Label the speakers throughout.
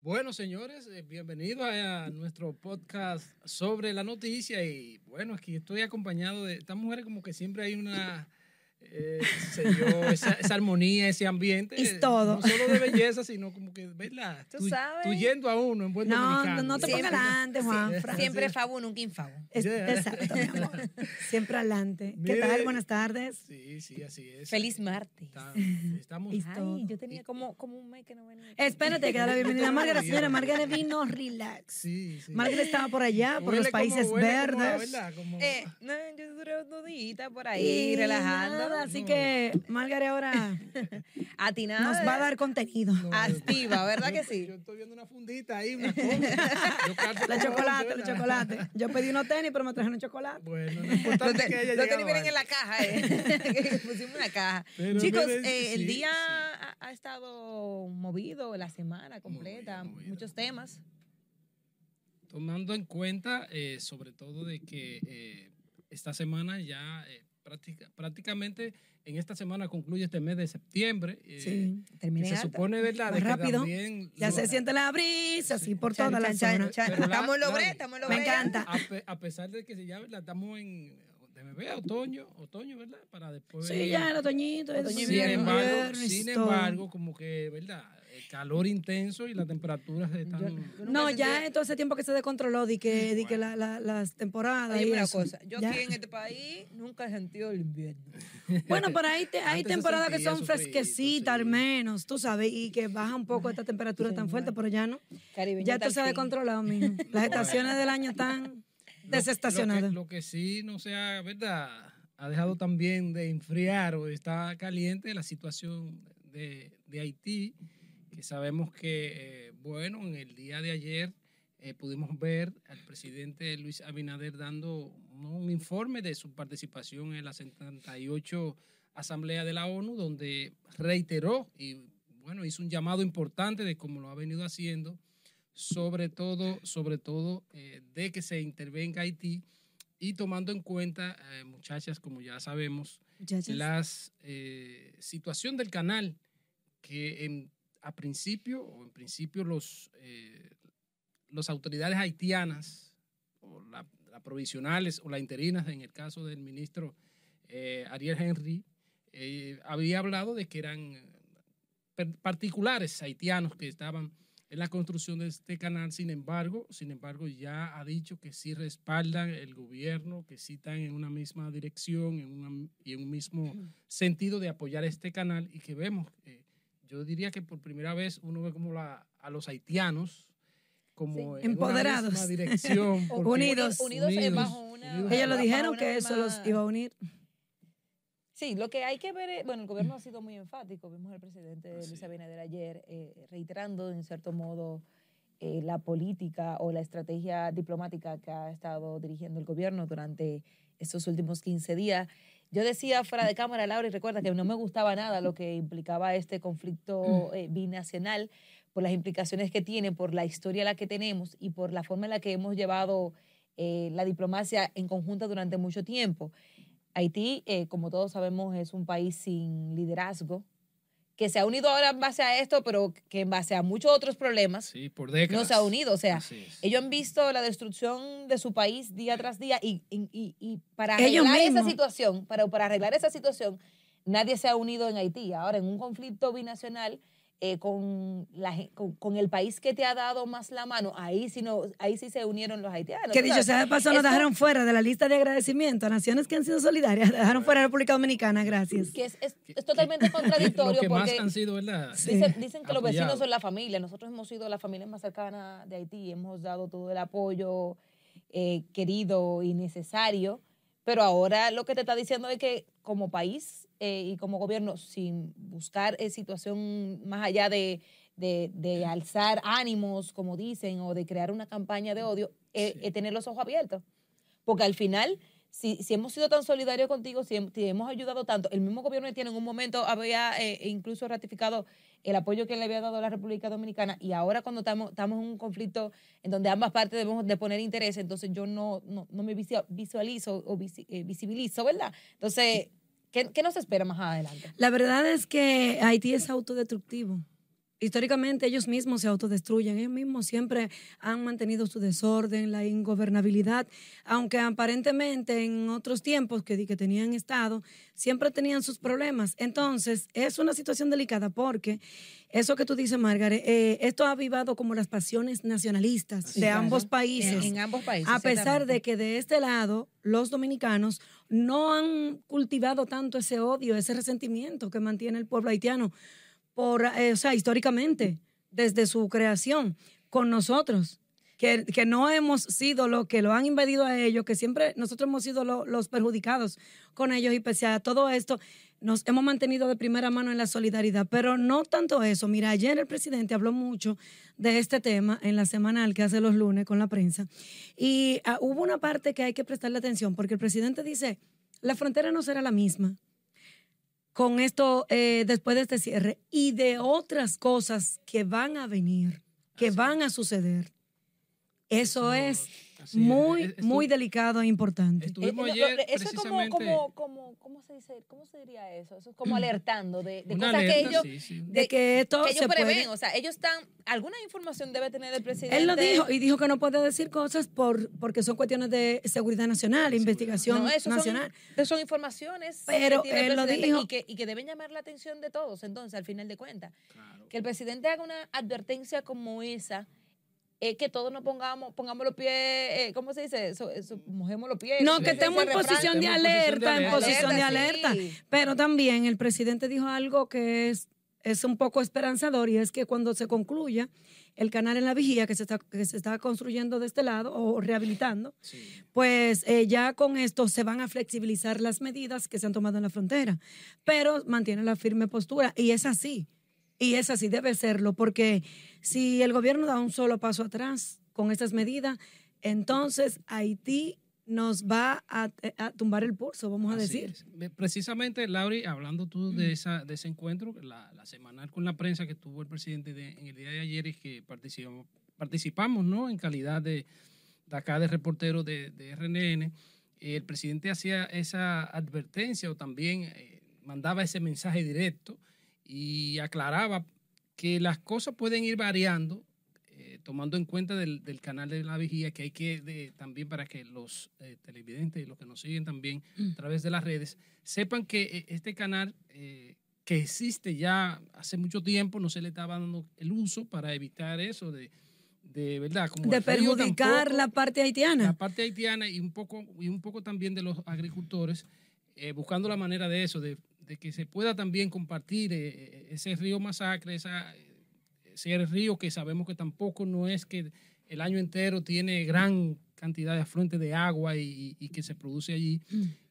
Speaker 1: Bueno, señores, eh, bienvenidos a nuestro podcast sobre la noticia. Y bueno, aquí estoy acompañado de estas mujeres, como que siempre hay una. eh, sé yo, esa, esa armonía, ese ambiente.
Speaker 2: Es todo.
Speaker 1: No solo de belleza, sino como que, ¿verdad?
Speaker 3: Tú sabes.
Speaker 1: yendo a uno en buen
Speaker 2: No,
Speaker 1: dominicano.
Speaker 2: no, no te
Speaker 3: Siempre.
Speaker 2: pongas adelante, Juan.
Speaker 1: Sí.
Speaker 2: Fran.
Speaker 3: Siempre fabu, nunca infabo.
Speaker 2: Es-
Speaker 1: Yeah.
Speaker 2: Exacto, mi amor. Siempre adelante. ¿Qué
Speaker 1: Mire.
Speaker 2: tal? Buenas tardes.
Speaker 1: Sí, sí, así es.
Speaker 3: Feliz martes.
Speaker 1: Está- Estamos.
Speaker 2: Y-
Speaker 3: Ay, yo tenía como, como un mes que no venía.
Speaker 2: Espérate, que da la bienvenida a Margaret. Señora, Margaret vino relax.
Speaker 1: Sí, sí.
Speaker 2: Margaret estaba por allá, por
Speaker 1: Huele
Speaker 2: los
Speaker 1: como- huele
Speaker 2: países
Speaker 1: como a-
Speaker 2: verdes.
Speaker 1: ¿verdad? Como-
Speaker 3: Eh, no, yo duré dos días por ahí,
Speaker 2: Y
Speaker 3: relajando.
Speaker 2: nada,
Speaker 1: Mm.
Speaker 2: así que Margaret ahora
Speaker 3: Atinada.
Speaker 2: nos va a dar contenido.
Speaker 3: Activa, ¿verdad que sí?
Speaker 1: Yo estoy viendo una fundita ahí, una cosa. Yo canto
Speaker 2: Los
Speaker 1: con
Speaker 2: chocolates, los
Speaker 1: ¿verdad?
Speaker 2: chocolates. Yo pedí unos tenis, pero me trajeron chocolate.
Speaker 1: Bueno, lo importante es que haya
Speaker 3: Lo
Speaker 1: llegado
Speaker 3: tenéis miren en la
Speaker 1: antes.
Speaker 3: caja, eh. Pusimos una caja.
Speaker 1: Pero
Speaker 3: Chicos,
Speaker 1: miren,
Speaker 3: eh,
Speaker 1: sí,
Speaker 3: el día
Speaker 1: sí.
Speaker 3: ha, ha estado movido, la semana completa,
Speaker 1: Movido, movido.
Speaker 3: muchos temas.
Speaker 1: Tomando en cuenta, eh, sobre todo, de que eh, esta semana ya eh, práctica- prácticamente en esta semana concluye este mes de septiembre. eh,
Speaker 2: Sí.
Speaker 1: que
Speaker 3: Terminé
Speaker 1: se
Speaker 3: harta.
Speaker 1: supone, ¿verdad?
Speaker 2: Más
Speaker 1: de que
Speaker 2: rápido.
Speaker 1: también
Speaker 2: Ya
Speaker 1: lo-
Speaker 2: se siente la brisa, así por
Speaker 3: Chan,
Speaker 2: toda la
Speaker 3: chan, chan,
Speaker 2: zona.
Speaker 3: chan.
Speaker 1: Pero Ah, la-
Speaker 3: Estamos en
Speaker 1: la-
Speaker 3: logré, estamos
Speaker 2: Me
Speaker 3: en logré.
Speaker 2: encanta.
Speaker 1: A, pe- a pesar de que se- ya ¿verdad? estamos en de bebé, otoño, otoño, ¿verdad? Para después.
Speaker 2: Sí,
Speaker 1: venir-
Speaker 2: ya el otoñito. el
Speaker 3: Otoño,
Speaker 1: Sin
Speaker 3: invierno,
Speaker 1: embargo,
Speaker 2: invierno, y
Speaker 1: sin
Speaker 2: todo.
Speaker 1: embargo, como que, ¿verdad? El calor intenso y las temperaturas están.
Speaker 3: Yo- yo nunca
Speaker 2: No,
Speaker 3: sentí-
Speaker 2: ya entonces hace tiempo que se descontroló, di que, di que
Speaker 1: Bueno.
Speaker 2: la- la- las temporadas.
Speaker 3: Oye,
Speaker 2: y
Speaker 3: una
Speaker 2: eso.
Speaker 3: cosa, yo
Speaker 2: Ya.
Speaker 3: aquí en este país nunca he sentido el invierno.
Speaker 2: Bueno, pero hay, te- hay
Speaker 1: Antes se
Speaker 2: temporadas que
Speaker 1: sentía
Speaker 2: son
Speaker 1: su frío,
Speaker 2: fresquecitas
Speaker 1: sí.
Speaker 2: al menos, tú sabes, y que baja un poco esta temperatura tan fuerte, pero ya no.
Speaker 3: Caribeño
Speaker 2: Ya
Speaker 3: está
Speaker 2: esto se ha
Speaker 3: al fin.
Speaker 2: descontrolado, mijo. Las estaciones del año están
Speaker 1: Lo
Speaker 2: desestacionadas.
Speaker 1: que, lo que sí no sea, ¿verdad? Ha dejado también de enfriar o está caliente la situación de, de Haití, que sabemos que, eh, bueno, en el día de ayer eh, pudimos ver al presidente Luis Abinader dando ¿no? un informe de su participación en la 78 Asamblea de la ONU, donde reiteró y, bueno, hizo un llamado importante de cómo lo ha venido haciendo sobre todo, sobre todo eh, de que se intervenga Haití y tomando en cuenta, eh, muchachas, como ya sabemos,
Speaker 2: Muchachas.
Speaker 1: la situación del canal, que en- a principio, o en principio los, eh, las autoridades haitianas, o las provisionales o las interinas, en el caso del ministro eh, Ariel Henry, eh, había hablado de que eran eh, per- particulares haitianos que estaban en la construcción de este canal. Sin embargo, sin embargo, ya ha dicho que sí respaldan el gobierno, que sí están en una misma dirección en una- y en un mismo sentido de apoyar este canal y que vemos, eh, yo diría que por primera vez uno ve como la- a los haitianos como
Speaker 2: Sí.
Speaker 1: en
Speaker 2: Empoderados.
Speaker 1: una misma dirección. porque-
Speaker 2: Unidos.
Speaker 3: Unidos, eh,
Speaker 1: Unidos,
Speaker 3: bajo una.
Speaker 1: unidos.
Speaker 2: Ellos lo
Speaker 3: bajo
Speaker 2: dijeron
Speaker 3: una
Speaker 2: que eso
Speaker 3: misma-
Speaker 2: los iba a unir.
Speaker 3: Sí, lo que hay que ver, es- bueno, el gobierno ha sido muy enfático. Vimos al presidente Luis
Speaker 1: Así.
Speaker 3: Abinader ayer eh, reiterando, en cierto modo, eh, la política o la estrategia diplomática que ha estado dirigiendo el gobierno durante estos últimos 15 días. Yo decía fuera de cámara, Laura, y recuerda que no me gustaba nada lo que implicaba este conflicto eh, binacional por las implicaciones que tiene, por la historia la que tenemos y por la forma en la que hemos llevado eh, la diplomacia en conjunta durante mucho tiempo. Haití, eh, como todos sabemos, es un país sin liderazgo, que se ha unido ahora en base a esto, pero que en base a muchos otros problemas
Speaker 1: Sí, por décadas.
Speaker 3: no se ha unido. O sea,
Speaker 1: Así es.
Speaker 3: ellos han visto la destrucción de su país día tras día y, y- y- y para
Speaker 2: Ellos
Speaker 3: arreglar esa
Speaker 2: mismos.
Speaker 3: situación, para, para arreglar esa situación, nadie se ha unido en Haití. Ahora, en un conflicto binacional eh, con, la gen- con, con el país que te ha dado más la mano, ahí sí, no, ahí sí se unieron los haitianos.
Speaker 2: Que
Speaker 3: ¿tú
Speaker 2: dicho
Speaker 3: sabes?
Speaker 2: sea de paso, nos
Speaker 3: Esto-
Speaker 2: dejaron fuera de la lista de agradecimiento a naciones que han sido solidarias. Dejaron fuera a la República Dominicana, gracias.
Speaker 3: que es, es-
Speaker 1: Que-
Speaker 3: es totalmente
Speaker 1: Lo
Speaker 3: contradictorio
Speaker 1: que más
Speaker 3: porque
Speaker 1: han sido, ¿verdad?
Speaker 2: Sí.
Speaker 3: Dicen, dicen que los vecinos
Speaker 1: Apoyado.
Speaker 3: son la familia. Nosotros hemos sido la familia más cercana de Haití. Hemos dado todo el apoyo eh, querido y necesario. Pero ahora lo que te está diciendo es que como país eh, y como gobierno, sin buscar eh, situación más allá de, de- de alzar ánimos, como dicen, o de crear una campaña de odio, eh, es
Speaker 1: Sí.
Speaker 3: tener los ojos abiertos. Porque al final, si, si hemos sido tan solidarios contigo, si, hem- te hemos ayudado tanto, el mismo gobierno tiene en un momento había eh, incluso ratificado el apoyo que le había dado la República Dominicana y ahora cuando estamos, estamos en un conflicto en donde ambas partes debemos de poner interés, entonces yo no, no, no me visi- visualizo o visi- eh, visibilizo, ¿verdad? Entonces, ¿qué, qué nos espera más adelante?
Speaker 2: La verdad es que Haití es autodestructivo. históricamente ellos mismos se autodestruyen, ellos mismos siempre han mantenido su desorden, la ingobernabilidad, aunque aparentemente en otros tiempos que, di- que tenían Estado, siempre tenían sus problemas. Entonces, es una situación delicada porque eso que tú dices, Margaret, eh, esto ha avivado como las pasiones nacionalistas
Speaker 1: Sí,
Speaker 2: de
Speaker 1: claro.
Speaker 2: ambos países.
Speaker 3: En, en ambos países.
Speaker 2: A pesar de
Speaker 3: exactamente. Eh,
Speaker 2: que de este lado los dominicanos no han cultivado tanto ese odio, ese resentimiento que mantiene el pueblo haitiano, por, eh, o sea, históricamente, desde su creación, con nosotros, que, que no hemos sido los que lo han invadido a ellos, que siempre nosotros hemos sido lo- los perjudicados con ellos y pese a todo esto, nos hemos mantenido de primera mano en la solidaridad, pero no tanto eso. Mira, ayer el presidente habló mucho de este tema en la semanal que hace los lunes con la prensa y ah, hubo una parte que hay que prestarle atención porque el presidente dice, la frontera no será la misma con esto eh, después de este cierre y de otras cosas que van a venir, que
Speaker 1: Así
Speaker 2: van a suceder. Eso es
Speaker 1: así es.
Speaker 2: muy,
Speaker 1: Es- es-
Speaker 2: muy delicado e importante.
Speaker 3: Eh,
Speaker 1: Estuvimos
Speaker 3: lo- lo-
Speaker 1: ayer
Speaker 3: eso es como,
Speaker 1: precisamente-
Speaker 3: como, como, ¿cómo se dice? ¿Cómo se diría eso? Eso es como alertando de, de
Speaker 1: Una
Speaker 3: cosas que
Speaker 1: alerta,
Speaker 3: ellos,
Speaker 1: sí, sí.
Speaker 2: De que esto
Speaker 3: que ellos
Speaker 2: se puede-
Speaker 3: prevén. O sea, ellos están, alguna información debe tener el presidente.
Speaker 2: Él lo dijo y dijo que no puede decir cosas por, porque son cuestiones de seguridad nacional, investigación
Speaker 3: No, eso
Speaker 2: nacional.
Speaker 3: Son, son informaciones
Speaker 2: Pero
Speaker 3: que tiene el
Speaker 2: él lo
Speaker 3: presidente
Speaker 2: dijo.
Speaker 3: Y que, y que deben llamar la atención de todos, entonces, al final de cuentas.
Speaker 1: Claro.
Speaker 3: Que el presidente haga una advertencia como esa, es que todos nos pongamos, pongamos los pies, eh, ¿cómo se dice? So- so- mojemos los pies.
Speaker 2: No,
Speaker 1: Sí,
Speaker 2: que
Speaker 1: sí,
Speaker 2: estemos en
Speaker 1: ese refrán,
Speaker 2: posición de
Speaker 1: estemos en posición de
Speaker 2: alerta, en
Speaker 1: alerta.
Speaker 2: posición de
Speaker 3: Alerta,
Speaker 2: alerta.
Speaker 3: eh, sí.
Speaker 2: Pero también el presidente dijo algo que es, es un poco esperanzador y es que cuando se concluya el canal en la vigía que se está, que se está construyendo de este lado o rehabilitando,
Speaker 1: Sí.
Speaker 2: pues eh, ya con esto se van a flexibilizar las medidas que se han tomado en la frontera, pero mantiene la firme postura y es así, y es así, debe serlo, porque si el gobierno da un solo paso atrás con estas medidas, entonces Haití nos va a, eh, a tumbar el pulso, vamos a
Speaker 1: Así
Speaker 2: decir.
Speaker 1: es. Ve- Precisamente, Lauri, hablando tú
Speaker 3: Mm.
Speaker 1: de, esa, de ese encuentro, la, la semanal con la prensa que tuvo el presidente de- en el día de ayer y que participamos, participamos ¿no? en calidad de, de acá de reportero de, de RNN, eh, el presidente hacía esa advertencia o también eh, mandaba ese mensaje directo y aclaraba que las cosas pueden ir variando eh, tomando en cuenta del, del canal de la vigía, que hay que de- también para que los eh, televidentes y los que nos siguen también a través de las redes sepan que eh, este canal eh, que existe ya hace mucho tiempo no se le estaba dando el uso para evitar eso de, de verdad, como
Speaker 2: De
Speaker 1: al río
Speaker 2: perjudicar
Speaker 1: tampoco,
Speaker 2: la parte haitiana.
Speaker 1: la parte haitiana y un poco, y un poco también de los agricultores, eh, buscando la manera de eso, de, de que se pueda también compartir eh, eh, ese río masacre, esa, eh, ese río que sabemos que tampoco no es que el año entero tiene gran cantidad de afluente de agua y, y- y que se produce allí.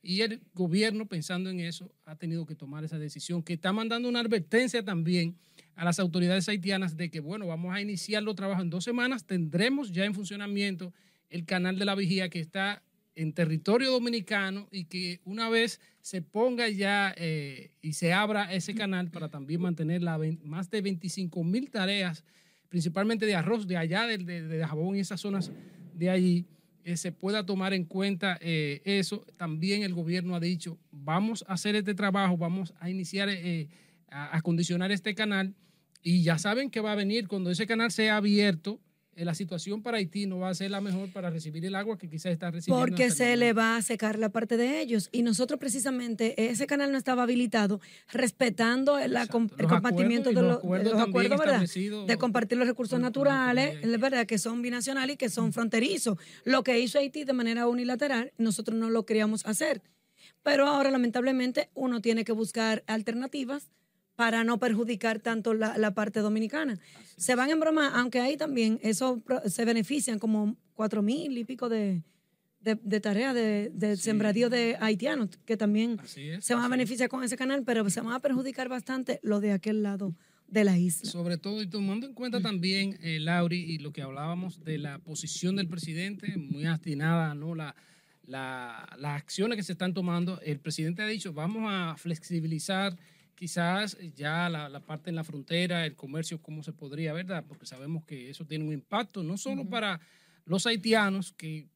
Speaker 1: Y el gobierno, pensando en eso, ha tenido que tomar esa decisión, que está mandando una advertencia también a las autoridades haitianas de que, bueno, vamos a iniciar los trabajos en dos semanas, tendremos ya en funcionamiento el canal de la vigía que está en territorio dominicano y que una vez se ponga ya eh, y se abra ese canal para también mantener la ven- más de 25 mil tareas, principalmente de arroz, de allá, del- de, de jabón y esas zonas de allí, eh, se pueda tomar en cuenta eh, eso. También el gobierno ha dicho, vamos a hacer este trabajo, vamos a iniciar, eh, a, a condicionar este canal y ya saben que va a venir cuando ese canal sea abierto. eh, La situación para Haití no va a ser la mejor para recibir el agua que quizás está recibiendo.
Speaker 2: Porque
Speaker 1: hasta el
Speaker 2: se
Speaker 1: momento.
Speaker 2: le va a secar la parte de ellos. Y nosotros precisamente, ese canal no estaba habilitado respetando el, la
Speaker 1: Exacto.
Speaker 2: com- el
Speaker 1: Los
Speaker 2: compartimiento
Speaker 1: acuerdos y
Speaker 2: de
Speaker 1: los
Speaker 2: los, de
Speaker 1: acuerdos
Speaker 2: los
Speaker 1: también
Speaker 2: acuerdos, ¿verdad?
Speaker 1: establecidos
Speaker 2: De compartir los recursos
Speaker 1: con- con la
Speaker 2: naturales,
Speaker 1: comunidad
Speaker 2: es
Speaker 1: haitiana.
Speaker 2: verdad que son binacionales y que son fronterizos. Lo que hizo Haití de manera unilateral, nosotros no lo queríamos hacer. Pero ahora, lamentablemente, uno tiene que buscar alternativas para no perjudicar tanto la, la parte dominicana. Se van en broma, aunque ahí también eso pro- se benefician como cuatro mil y pico de, de, de tareas de, de
Speaker 1: Sí.
Speaker 2: sembradío de haitianos, que también
Speaker 1: Así es,
Speaker 2: se van a
Speaker 1: así es.
Speaker 2: beneficiar con ese canal, pero se van a perjudicar bastante lo de aquel lado de la isla.
Speaker 1: Sobre todo, y tomando en cuenta también, eh, Lauri, y lo que hablábamos de la posición del presidente, muy astinada, ¿no? La, la- las acciones que se están tomando. El presidente ha dicho, vamos a flexibilizar quizás ya la, la parte en la frontera, el comercio, cómo se podría, ¿verdad? Porque sabemos que eso tiene un impacto, no solo para los haitianos que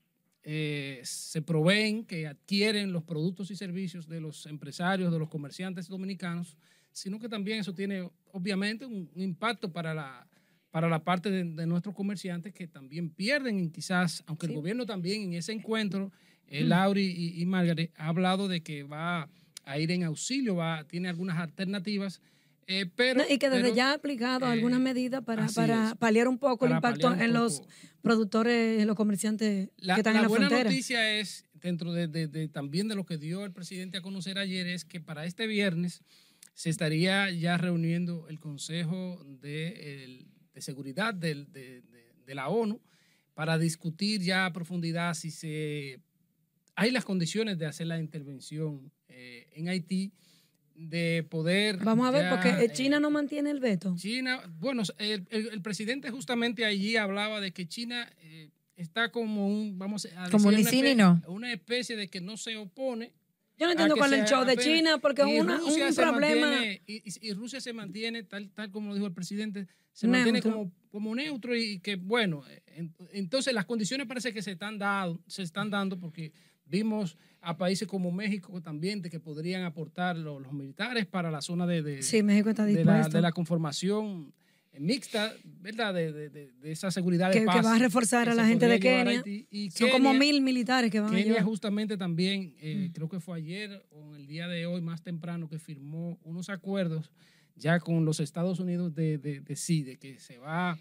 Speaker 1: eh, se proveen, que adquieren los productos y servicios de los empresarios, de los comerciantes dominicanos, sino que también eso tiene obviamente un, un impacto para la, para la parte de, de nuestros comerciantes que también pierden y quizás, aunque
Speaker 3: Sí.
Speaker 1: el gobierno también en ese encuentro,
Speaker 2: Mm.
Speaker 1: eh, Lauri y, y Margaret, ha hablado de que va a ir en auxilio, va, tiene algunas alternativas, eh, pero...
Speaker 2: No, y que desde
Speaker 1: pero
Speaker 2: ya ha aplicado
Speaker 1: eh,
Speaker 2: algunas medidas para,
Speaker 1: así
Speaker 2: para
Speaker 1: es.
Speaker 2: paliar un poco el
Speaker 1: para
Speaker 2: impacto
Speaker 1: paliar un
Speaker 2: en los
Speaker 1: poco-
Speaker 2: productores, en los comerciantes
Speaker 1: La,
Speaker 2: que están
Speaker 1: la
Speaker 2: en la
Speaker 1: buena
Speaker 2: frontera.
Speaker 1: noticia es, dentro de, de- de también de lo que dio el presidente a conocer ayer, es que para este viernes se estaría ya reuniendo el Consejo de, el- de Seguridad del- de, de- de la ONU para discutir ya a profundidad si se hay las condiciones de hacer la intervención eh, en Haití, de poder...
Speaker 2: Vamos a ver,
Speaker 1: ya,
Speaker 2: porque eh,
Speaker 1: eh,
Speaker 2: China no mantiene el veto.
Speaker 1: China, bueno, el, el- el presidente justamente allí hablaba de que China eh, está como un, vamos a decir,
Speaker 4: Como
Speaker 1: una
Speaker 4: ni sí ni
Speaker 1: espe-
Speaker 4: no.
Speaker 1: una especie de que no se opone.
Speaker 2: Yo no
Speaker 1: a
Speaker 2: entiendo
Speaker 1: que
Speaker 2: cuál es el
Speaker 1: se
Speaker 2: show de
Speaker 1: apenas-
Speaker 2: China, porque
Speaker 1: y
Speaker 2: una-
Speaker 1: Rusia
Speaker 2: un
Speaker 1: se
Speaker 2: problema...
Speaker 1: mantiene- y, y- y Rusia se mantiene, tal, tal como lo dijo el presidente, se
Speaker 2: Neutro.
Speaker 1: mantiene como, como neutro y, que, bueno, en- entonces las condiciones parece que se están, dado, se están dando porque vimos a países como México también de que podrían aportar lo- los militares para la zona de... de-
Speaker 2: Sí, México está
Speaker 1: de la,
Speaker 2: dispuesto.
Speaker 1: de la conformación eh, mixta, ¿verdad? De, de- de- de esa seguridad
Speaker 2: que,
Speaker 1: de
Speaker 2: que
Speaker 1: paz.
Speaker 2: va a reforzar
Speaker 1: que
Speaker 2: a
Speaker 1: se
Speaker 2: la gente de
Speaker 1: podría llevar a
Speaker 2: Kenia.
Speaker 1: Haití. Y
Speaker 2: Son como
Speaker 1: Kenia-
Speaker 2: mil militares que van a
Speaker 1: Kenia
Speaker 2: llevar.
Speaker 1: justamente también, eh,
Speaker 3: Mm.
Speaker 1: creo que fue ayer o en el día de hoy, más temprano, que firmó unos acuerdos ya con los Estados Unidos de, de, de sí, de que se va,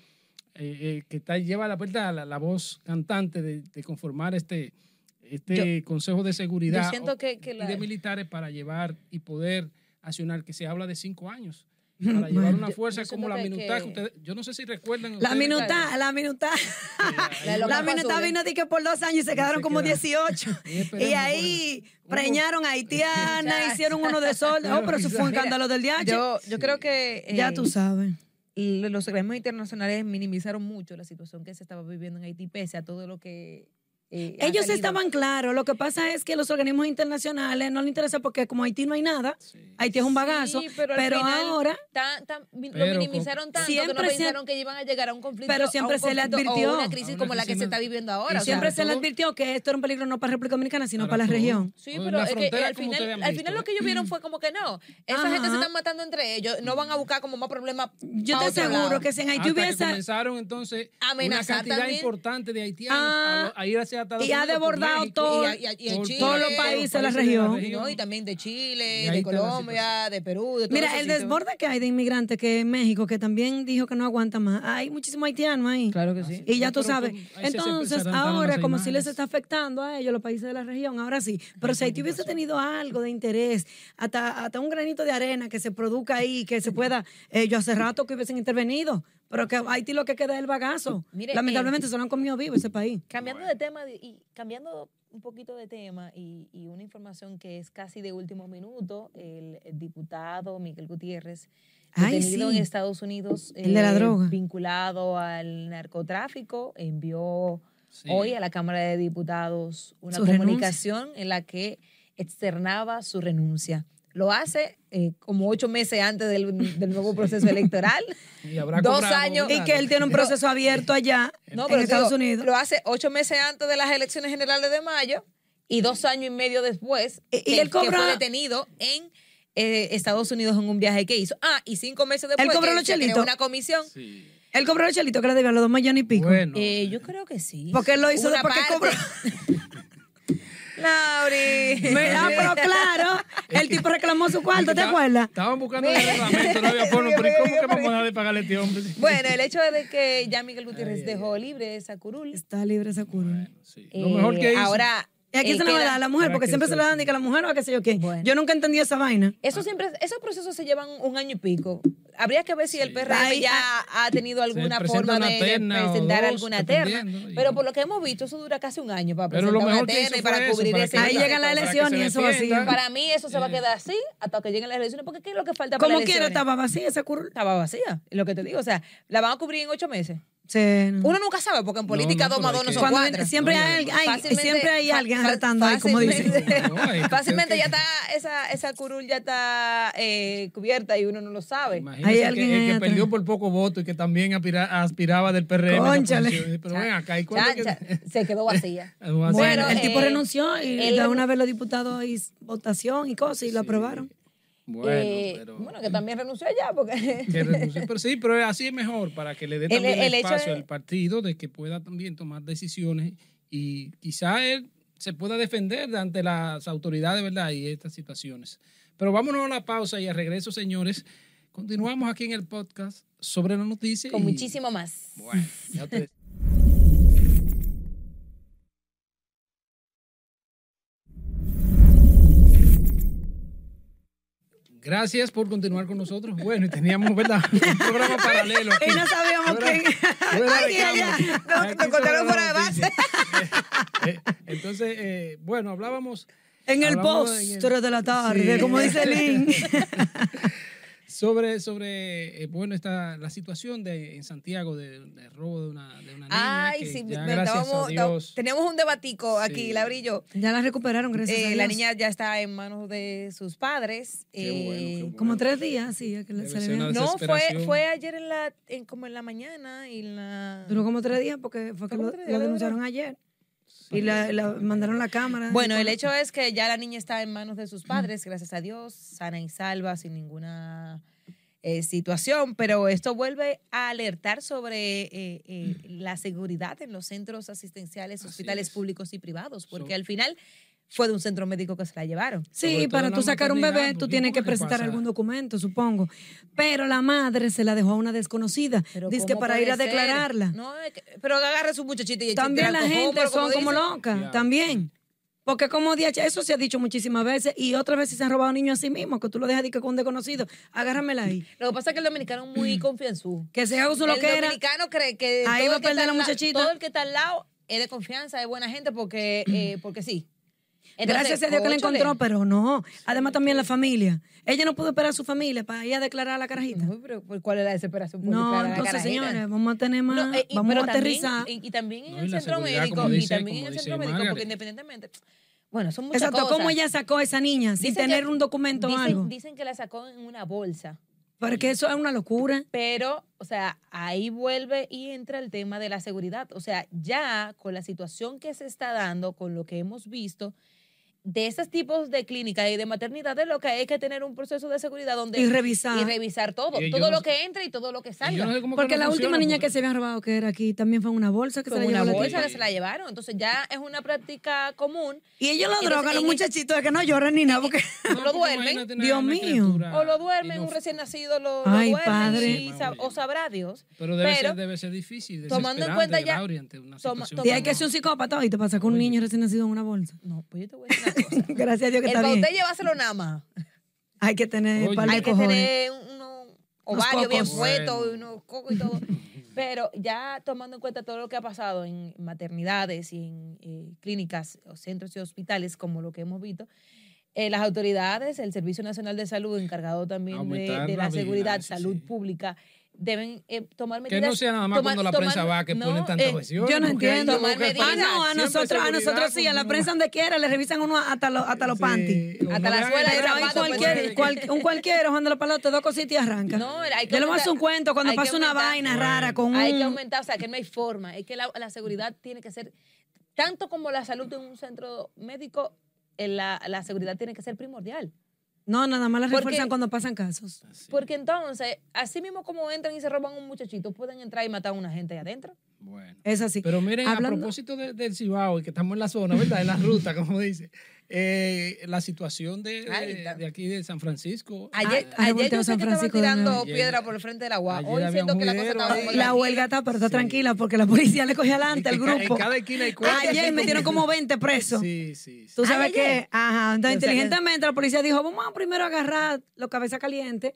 Speaker 1: eh, eh, que está, lleva la, ¿verdad? la, la voz cantante de, de conformar este, este Consejo de Seguridad
Speaker 3: yo siento
Speaker 1: o-
Speaker 3: que- que
Speaker 1: y
Speaker 3: la-
Speaker 1: de militares para llevar y poder accionar, que se habla de cinco años. Para llevar una
Speaker 3: Yo-
Speaker 1: fuerza
Speaker 3: yo
Speaker 1: como la
Speaker 3: siento que-
Speaker 1: minuta que
Speaker 3: que-
Speaker 1: ustedes, yo no sé si recuerdan.
Speaker 2: La
Speaker 1: ustedes que-
Speaker 2: minuta, la minuta,
Speaker 1: que
Speaker 3: La
Speaker 1: hay
Speaker 3: de
Speaker 1: una-
Speaker 3: los
Speaker 2: la
Speaker 3: ojos
Speaker 2: minuta
Speaker 3: azules.
Speaker 2: vino de que por dos años y se
Speaker 1: Y
Speaker 2: quedaron
Speaker 1: se
Speaker 2: como
Speaker 1: quedaron.
Speaker 2: 18. Y
Speaker 1: esperemos,
Speaker 2: ahí
Speaker 1: bueno,
Speaker 2: preñaron a haitiana,
Speaker 3: Ya.
Speaker 2: hicieron uno de sol. Oh, pero eso fue un
Speaker 3: Mira,
Speaker 2: escándalo del DH.
Speaker 3: Yo,
Speaker 1: Sí.
Speaker 3: yo creo que eh,
Speaker 2: ya tú sabes.
Speaker 3: l- los organismos internacionales minimizaron mucho la situación que se estaba viviendo en Haití, pese a todo lo que... eh, ha
Speaker 2: Ellos
Speaker 3: salido.
Speaker 2: estaban claros. Lo que pasa es que los organismos internacionales no les interesa porque como Haití no hay nada,
Speaker 1: sí.
Speaker 2: Haití es un bagazo.
Speaker 3: Sí,
Speaker 2: pero
Speaker 3: pero al final-
Speaker 2: ahora,
Speaker 3: Tan- tan- mi-
Speaker 1: Pero
Speaker 3: lo minimizaron
Speaker 1: con-
Speaker 3: tanto que no
Speaker 2: Siempre se-
Speaker 3: pensaron que iban a llegar a un conflicto.
Speaker 2: Pero
Speaker 3: a un
Speaker 2: siempre se le
Speaker 3: conflicto
Speaker 2: advirtió.
Speaker 3: O una
Speaker 1: A
Speaker 3: crisis
Speaker 1: una
Speaker 3: como la que
Speaker 1: crisis
Speaker 3: se
Speaker 1: me-
Speaker 3: está viviendo ahora.
Speaker 1: Y
Speaker 3: o sea,
Speaker 2: siempre se le
Speaker 1: todo-
Speaker 2: advirtió que esto era un peligro no para República Dominicana, sino para, la
Speaker 1: todo.
Speaker 2: región.
Speaker 3: Sí,
Speaker 1: En
Speaker 3: pero
Speaker 1: la
Speaker 3: es que
Speaker 1: frontera,
Speaker 3: al
Speaker 1: como
Speaker 3: final,
Speaker 1: ustedes han
Speaker 3: al final
Speaker 1: visto.
Speaker 3: lo que ellos vieron fue como que no, esa gente
Speaker 2: Ajá.
Speaker 3: se están matando entre ellos, no van a buscar como más problemas.
Speaker 2: Yo
Speaker 3: pa'
Speaker 2: te
Speaker 3: otro
Speaker 2: aseguro
Speaker 3: lado.
Speaker 2: que si en Haití
Speaker 1: Hasta que
Speaker 2: hubiese...
Speaker 1: comenzaron entonces una
Speaker 3: Amenazar
Speaker 1: cantidad
Speaker 3: también.
Speaker 1: importante de haitianos
Speaker 2: Ah,
Speaker 1: a, lo- a ir hacia Estados
Speaker 2: y ha
Speaker 1: Unidos, por
Speaker 2: desbordado
Speaker 1: México,
Speaker 2: todo-
Speaker 3: Y a- y a- y en Chile.
Speaker 1: por
Speaker 3: Todos los
Speaker 2: países de la región.
Speaker 3: Y no, y también de Chile,
Speaker 1: Y ahí
Speaker 3: de
Speaker 1: está la
Speaker 3: Colombia, de Perú, de todo
Speaker 2: Mira,
Speaker 3: ese
Speaker 2: el
Speaker 3: sitio.
Speaker 2: desborde que hay de inmigrantes que en México, que también dijo que no aguanta más, hay muchísimo haitiano ahí.
Speaker 3: Claro que sí.
Speaker 2: Y ya
Speaker 1: No,
Speaker 2: tú
Speaker 1: pero
Speaker 2: sabes.
Speaker 1: con- ahí se- se
Speaker 2: Entonces,
Speaker 1: presentan todas
Speaker 2: ahora,
Speaker 1: las
Speaker 2: como si les
Speaker 1: imágenes.
Speaker 2: está afectando a ellos, los países de la región, ahora sí. Pero si Haití hubiese tenido algo de interés, hasta, hasta un granito de arena que se produzca ahí, que se pueda, ellos hace rato que hubiesen intervenido, pero que Haití lo que queda es el bagazo.
Speaker 3: Mire, eh,
Speaker 2: Lamentablemente se lo han comido vivo ese país.
Speaker 3: Cambiando de tema de- y cambiando un poquito de tema y, y una información que es casi de último minuto, el, el diputado Miguel Gutiérrez,
Speaker 2: Ay,
Speaker 3: detenido
Speaker 2: sí.
Speaker 3: en Estados Unidos, eh,
Speaker 2: El de la droga.
Speaker 3: vinculado al narcotráfico, envió hoy a la Cámara de Diputados una
Speaker 2: Su
Speaker 3: comunicación en la que externaba su renuncia. Lo hace eh, como ocho meses antes del, del nuevo proceso electoral.
Speaker 1: Y habrá
Speaker 3: Dos
Speaker 1: cobrado,
Speaker 3: años.
Speaker 1: ¿verdad?
Speaker 2: Y que él tiene un
Speaker 3: Pero-
Speaker 2: proceso abierto allá
Speaker 3: No,
Speaker 2: en
Speaker 3: pero
Speaker 2: Estados
Speaker 3: digo,
Speaker 2: Unidos.
Speaker 3: Lo hace ocho meses antes de las elecciones generales de mayo y dos años y medio después
Speaker 2: Y- y
Speaker 3: que,
Speaker 2: él
Speaker 3: que
Speaker 2: cobra-
Speaker 3: fue detenido en eh, Estados Unidos en un viaje que hizo. Ah, y cinco meses después
Speaker 2: cobró
Speaker 3: que
Speaker 2: los
Speaker 3: se creó
Speaker 2: chelitos.
Speaker 3: una comisión.
Speaker 1: Sí.
Speaker 2: Él cobró el chelito que le debía los dos millones y pico.
Speaker 1: Bueno,
Speaker 3: Eh, yo creo que sí.
Speaker 2: Porque él lo hizo
Speaker 3: Una
Speaker 2: después que
Speaker 3: parte.
Speaker 2: cobró.
Speaker 3: Lauri.
Speaker 2: Mira, ah, pero claro, el tipo reclamó su cuarto, ¿te
Speaker 1: Ya
Speaker 2: acuerdas?
Speaker 1: Estaban buscando el reglamento, no había forma, pero ¿y ¿cómo que vamos a dejar de pagarle a este hombre?
Speaker 3: Bueno, el hecho de que ya Miguel Gutiérrez dejó libre esa curul.
Speaker 2: Está libre esa curva.
Speaker 1: Sí. Lo mejor
Speaker 3: eh,
Speaker 1: que hizo.
Speaker 3: Ahora.
Speaker 2: Y aquí se
Speaker 3: eh,
Speaker 2: la va a
Speaker 3: queda-
Speaker 2: dar a la mujer,
Speaker 1: para
Speaker 2: porque
Speaker 1: que
Speaker 2: siempre se la dan de que a la mujer o a qué sé yo qué.
Speaker 3: Bueno.
Speaker 2: Yo nunca entendí esa vaina.
Speaker 3: Eso siempre, esos procesos se llevan un año y pico. Habría que ver si el PRM
Speaker 2: Ay,
Speaker 3: ya ha tenido alguna
Speaker 1: presenta
Speaker 3: forma
Speaker 1: una
Speaker 3: de, de
Speaker 1: terna o
Speaker 3: presentar
Speaker 1: dos,
Speaker 3: alguna terna.
Speaker 1: dependiendo, y-
Speaker 3: Pero por lo que hemos visto, eso dura casi un año para
Speaker 1: pero
Speaker 3: presentar
Speaker 1: lo mejor
Speaker 3: una
Speaker 1: que hizo
Speaker 3: terna y
Speaker 1: fue
Speaker 3: para
Speaker 1: eso,
Speaker 3: cubrir
Speaker 1: para
Speaker 3: ese.
Speaker 1: que-
Speaker 2: Ahí
Speaker 3: para
Speaker 2: llega la
Speaker 1: para que
Speaker 2: elección
Speaker 1: se
Speaker 2: y eso así.
Speaker 1: defienda.
Speaker 3: Para mí eso se va a quedar así hasta que lleguen las elecciones, porque ¿qué es lo que falta para
Speaker 2: Como
Speaker 3: las
Speaker 2: quiera,
Speaker 3: elecciones?
Speaker 2: estaba vacía esa curul.
Speaker 3: Estaba vacía, es lo que te digo. O sea, la van a cubrir en ocho meses.
Speaker 2: Sí, no.
Speaker 3: Uno nunca sabe, porque en política
Speaker 1: no,
Speaker 3: dos más
Speaker 1: pero
Speaker 3: dos
Speaker 1: hay
Speaker 3: no
Speaker 1: que-
Speaker 3: son
Speaker 2: Cuando
Speaker 3: cuatro.
Speaker 2: siempre,
Speaker 1: No,
Speaker 2: hay,
Speaker 1: no,
Speaker 2: hay-
Speaker 3: Fácilmente-
Speaker 2: siempre hay
Speaker 3: fa-
Speaker 2: alguien
Speaker 3: fa-
Speaker 2: hartando ahí, como dicen.
Speaker 3: fácilmente-
Speaker 1: No, hay que-
Speaker 3: Fácilmente
Speaker 1: creo
Speaker 3: ya
Speaker 1: que-
Speaker 3: está, esa, esa curul ya está eh, cubierta y uno no lo sabe.
Speaker 1: Imagínese
Speaker 2: Hay
Speaker 1: que-
Speaker 2: alguien
Speaker 1: el que,
Speaker 2: ahí atrás.
Speaker 1: perdió por poco voto y que también aspira- aspiraba del PRM. esa
Speaker 2: Cónchale.
Speaker 1: posición. Pero
Speaker 3: Cha-
Speaker 1: ven acá, ¿y cuándo
Speaker 3: cha-
Speaker 1: que-
Speaker 3: cha- se quedó vacía.
Speaker 1: Bueno,
Speaker 2: Bueno,
Speaker 3: Pero,
Speaker 2: el tipo
Speaker 3: eh,
Speaker 2: renunció y
Speaker 3: él-
Speaker 2: de una vez los diputados y votación y cosas y lo aprobaron.
Speaker 1: Bueno,
Speaker 3: Eh,
Speaker 1: pero...
Speaker 3: bueno, que también renunció allá porque...
Speaker 1: que renunció, pero sí, pero así es mejor para que le dé
Speaker 3: El-
Speaker 1: también
Speaker 3: el hecho
Speaker 1: espacio
Speaker 3: de-
Speaker 1: al partido de que pueda también tomar decisiones y quizá él se pueda defender ante las autoridades, ¿verdad? Y estas situaciones. Pero vámonos a la pausa y al regreso, señores, continuamos aquí en el podcast sobre la noticia.
Speaker 3: Con
Speaker 1: y-
Speaker 3: muchísimo más.
Speaker 1: Bueno, ya ustedes- Gracias por continuar con nosotros. Bueno, y teníamos, ¿verdad? Un programa paralelo. aquí.
Speaker 2: Y no sabíamos
Speaker 1: Fuera-
Speaker 2: quién.
Speaker 1: fuera de
Speaker 2: Ay, ay,
Speaker 1: cámara.
Speaker 2: ay. Nos-
Speaker 1: Aquí
Speaker 2: nos
Speaker 1: se
Speaker 2: contaron
Speaker 1: graba
Speaker 2: fuera de base.
Speaker 1: noticia. Eh, eh, Entonces, eh, bueno, hablábamos
Speaker 2: En el
Speaker 1: Hablamos
Speaker 2: post,
Speaker 1: en el-
Speaker 2: 3 de la tarde,
Speaker 1: Sí.
Speaker 2: como dice Lin.
Speaker 1: sobre, sobre eh, bueno, esta, la situación de, en Santiago del del robo de una, de una niña.
Speaker 3: Ay,
Speaker 1: que
Speaker 3: sí,
Speaker 1: ya,
Speaker 3: pero
Speaker 1: gracias
Speaker 3: estábamos-
Speaker 1: a Dios.
Speaker 3: teníamos un debatico aquí,
Speaker 1: Sí.
Speaker 3: Labrillo.
Speaker 2: ya la recuperaron, gracias a
Speaker 3: Eh,
Speaker 2: Dios.
Speaker 3: la niña ya está en manos de sus padres.
Speaker 1: Qué bueno, qué
Speaker 3: Eh,
Speaker 1: bueno.
Speaker 2: Como tres días, sí, ya que la
Speaker 1: Debe
Speaker 2: se le
Speaker 1: ser
Speaker 2: vio.
Speaker 1: una-
Speaker 3: No, fue,
Speaker 1: Desesperación.
Speaker 3: fue ayer en la, en- como en la mañana y en la...
Speaker 2: Duró como tres días porque fue que
Speaker 3: Como
Speaker 2: lo,
Speaker 3: tres
Speaker 2: lo
Speaker 3: días, de
Speaker 2: denunciaron ayer. Y la, la mandaron la cámara.
Speaker 3: Bueno,
Speaker 2: Con-
Speaker 3: el hecho es que ya la niña está en manos de sus padres, gracias a Dios, sana y salva, sin ninguna eh, situación, pero esto vuelve a alertar sobre eh, eh,
Speaker 2: Mm.
Speaker 3: la seguridad en los centros asistenciales,
Speaker 1: Así
Speaker 3: hospitales
Speaker 1: es.
Speaker 3: públicos y privados, porque
Speaker 1: So-
Speaker 3: al final fue de un centro médico que se la llevaron.
Speaker 1: Sobre
Speaker 2: Sí,
Speaker 1: todo
Speaker 2: para
Speaker 1: la
Speaker 2: tú sacar un bebé,
Speaker 1: maternidad,
Speaker 2: tú
Speaker 1: porque
Speaker 2: tienes que
Speaker 1: ¿cómo que
Speaker 2: presentar
Speaker 1: pasa?
Speaker 2: algún documento, supongo. Pero la madre se la dejó a una desconocida.
Speaker 3: Pero
Speaker 2: Dice que
Speaker 3: ¿cómo
Speaker 2: para ir
Speaker 3: puede
Speaker 2: a
Speaker 3: ser?
Speaker 2: declararla.
Speaker 3: No, es que- pero agarra a su muchachita y
Speaker 2: También la
Speaker 3: cojó,
Speaker 2: gente
Speaker 3: pero
Speaker 2: son como
Speaker 3: dicen,
Speaker 2: locas,
Speaker 1: Claro.
Speaker 2: también. Porque como DH, eso se ha dicho muchísimas veces y otras veces se han robado niños a sí mismos, que tú lo dejas de que con un desconocido, agárramela ahí.
Speaker 3: Lo que pasa es que el dominicano es muy confianzudo.
Speaker 2: Que se haga su
Speaker 3: el
Speaker 2: loquera.
Speaker 3: dominicano cree que,
Speaker 2: Ahí
Speaker 3: todo
Speaker 2: va
Speaker 3: el que
Speaker 2: a perder
Speaker 3: está
Speaker 2: la
Speaker 3: al la-
Speaker 2: muchachita.
Speaker 3: todo el que está al lado es de confianza, es buena gente porque, eh, porque sí. Entonces,
Speaker 2: Gracias a Dios que la
Speaker 3: cóchale.
Speaker 2: encontró, pero no. Además también la familia. Ella no pudo esperar a su familia para ir a declarar a la carajita.
Speaker 3: Uy, pero ¿por ¿Cuál es la desesperación? por
Speaker 2: No,
Speaker 3: declarar a la
Speaker 2: entonces
Speaker 3: carajera?
Speaker 2: señores, vamos a tener más,
Speaker 3: No, eh, y-
Speaker 2: vamos
Speaker 3: pero
Speaker 2: a
Speaker 3: también-
Speaker 2: aterrizar.
Speaker 3: y, y también en
Speaker 1: No, y
Speaker 3: el
Speaker 1: la
Speaker 3: centro
Speaker 1: seguridad,
Speaker 3: médico,
Speaker 1: como
Speaker 3: y
Speaker 1: dice-
Speaker 3: también en
Speaker 1: como
Speaker 3: el
Speaker 1: dice
Speaker 3: centro médico, porque
Speaker 1: Margaret.
Speaker 3: independientemente, bueno, son muchas
Speaker 2: Exacto,
Speaker 3: cosas.
Speaker 2: ¿cómo ella sacó a esa niña sin
Speaker 3: Dicen que-
Speaker 2: tener un documento o
Speaker 3: dicen,
Speaker 2: algo?
Speaker 3: Dicen que la sacó en una bolsa.
Speaker 2: Porque eso es una locura.
Speaker 3: Pero, o sea, ahí vuelve y entra el tema de la seguridad. O sea, ya con la situación que se está dando, con lo que hemos visto, de esos tipos de clínicas y de maternidades, lo que hay es que tener un proceso de seguridad donde...
Speaker 2: Y revisar.
Speaker 3: y revisar todo.
Speaker 1: Y yo
Speaker 3: todo
Speaker 1: no
Speaker 3: lo
Speaker 1: sé-
Speaker 3: que entra y todo lo que
Speaker 1: Y
Speaker 3: salga.
Speaker 1: yo no sé cómo que
Speaker 2: Porque
Speaker 1: no
Speaker 2: la última
Speaker 1: funciona,
Speaker 2: niña
Speaker 1: porque-
Speaker 2: que se había robado que era aquí también fue en una bolsa que
Speaker 3: Con
Speaker 2: se la
Speaker 3: una
Speaker 2: llevó la
Speaker 3: bolsa
Speaker 2: tía.
Speaker 3: se la llevaron. Entonces ya es una práctica común.
Speaker 2: Y ellos lo
Speaker 3: Entonces,
Speaker 2: drogan, los
Speaker 3: en-
Speaker 2: muchachitos, de que no lloran ni nada. Porque...
Speaker 1: No,
Speaker 3: lo
Speaker 1: porque
Speaker 3: duermen.
Speaker 1: imagínate una-
Speaker 2: Dios
Speaker 1: una
Speaker 2: mío.
Speaker 1: criatura
Speaker 3: O lo
Speaker 1: y
Speaker 3: duermen,
Speaker 1: no-
Speaker 3: un recién nacido lo, lo
Speaker 2: Ay,
Speaker 3: duermen
Speaker 2: padre.
Speaker 3: y sa- o sabrá Dios.
Speaker 1: Pero debe,
Speaker 3: Pero,
Speaker 1: ser, debe ser difícil.
Speaker 3: tomando en cuenta
Speaker 1: desesperante,
Speaker 3: ya-
Speaker 1: Laura, ante una
Speaker 3: toma-
Speaker 1: situación
Speaker 2: Y hay que
Speaker 1: como-
Speaker 2: ser un psicópata y te pasa con un niño recién nacido en una bolsa.
Speaker 3: No, pues yo te voy a decir una cosa.
Speaker 2: Gracias a Dios que
Speaker 3: El
Speaker 2: está bien.
Speaker 3: bauté llévaselo nada más.
Speaker 2: Hay que tener
Speaker 1: Oye.
Speaker 2: par de
Speaker 3: hay que
Speaker 2: cojones.
Speaker 3: tener unos ovarios
Speaker 2: cocos.
Speaker 3: bien puestos,
Speaker 1: Bueno.
Speaker 3: unos cocos y todo. Pero ya tomando en cuenta todo lo que ha pasado en maternidades y en eh, clínicas, o centros y hospitales, como lo que hemos visto, eh, las autoridades, el Servicio Nacional de Salud, encargado también de- de,
Speaker 1: Aumentar
Speaker 3: la,
Speaker 1: la
Speaker 3: seguridad,
Speaker 1: vigilancia,
Speaker 3: salud
Speaker 1: sí.
Speaker 3: pública, deben eh, tomar
Speaker 1: Que
Speaker 3: medidas.
Speaker 1: no sea nada más
Speaker 3: tomar-
Speaker 1: cuando la
Speaker 3: tomar-
Speaker 1: prensa va que
Speaker 3: no,
Speaker 1: ponen tantas
Speaker 3: eh,
Speaker 1: versiones,
Speaker 2: Yo no
Speaker 1: porque ahí
Speaker 2: entiendo.
Speaker 1: como
Speaker 3: Tomar
Speaker 1: que-
Speaker 3: medidas.
Speaker 2: Ah, no, a
Speaker 1: Siempre
Speaker 2: nosotros, a
Speaker 1: seguridad,
Speaker 2: nosotros sí, a la
Speaker 1: como-
Speaker 2: prensa donde quiera le revisan uno hasta los, hasta los
Speaker 1: Sí,
Speaker 2: panties.
Speaker 1: o
Speaker 3: Hasta
Speaker 1: no
Speaker 3: la
Speaker 1: le
Speaker 3: suela de
Speaker 1: hagan
Speaker 2: Pero
Speaker 1: caso,
Speaker 2: hay
Speaker 3: zapato,
Speaker 2: cualquier,
Speaker 1: porque-
Speaker 2: cual- un cualquiera, ojando la palota, dos cositas y arranca.
Speaker 3: No, hay que
Speaker 2: Yo le voy a hacer un
Speaker 3: aumentar-
Speaker 2: cuento cuando
Speaker 3: hay que
Speaker 2: pase una
Speaker 3: aumentar-
Speaker 2: vaina
Speaker 1: Bueno.
Speaker 2: rara con un...
Speaker 3: Hay que aumentar, o sea, que no hay forma. Es que la, la seguridad tiene que ser, tanto como la salud en un centro médico, eh, la, la seguridad tiene que ser primordial.
Speaker 2: No, nada más la
Speaker 3: Porque-
Speaker 2: refuerzan cuando pasan casos.
Speaker 1: Ah, Sí.
Speaker 3: Porque entonces, así mismo como entran y se roban un muchachito, pueden entrar y matar a una gente ahí adentro.
Speaker 1: Bueno.
Speaker 2: Es así.
Speaker 1: Pero miren, a
Speaker 2: Hablando-
Speaker 1: propósito de- del Cibao y que estamos en la zona, ¿verdad? En la ruta, como dice. eh, la situación de,
Speaker 3: Ay,
Speaker 1: de,
Speaker 3: tan-
Speaker 1: de aquí de San Francisco.
Speaker 3: Ayer,
Speaker 2: Ah,
Speaker 3: ayer
Speaker 2: volteo
Speaker 3: yo sé
Speaker 2: San
Speaker 3: que estaban
Speaker 2: Francisco de
Speaker 3: tirando
Speaker 2: nuevo.
Speaker 1: Ayer-
Speaker 3: piedra por el frente de la UA.
Speaker 1: ayer
Speaker 3: Hoy
Speaker 1: había
Speaker 3: siento
Speaker 1: un
Speaker 3: que la cosa
Speaker 1: juidero
Speaker 3: estaba
Speaker 1: ahí.
Speaker 3: como
Speaker 2: Eh, la huelga está, pero está tranquila porque la policía le cogió adelante al
Speaker 1: En ca-
Speaker 2: grupo.
Speaker 1: En cada esquina hay cuatro.
Speaker 2: Ayer metieron como 20 presos.
Speaker 1: Sí, sí, sí.
Speaker 2: Tú sabes
Speaker 3: Ay, ayer.
Speaker 2: que, ajá, entonces
Speaker 3: Yo saqué-
Speaker 2: inteligentemente la policía dijo, vamos a primero agarrar los cabezas calientes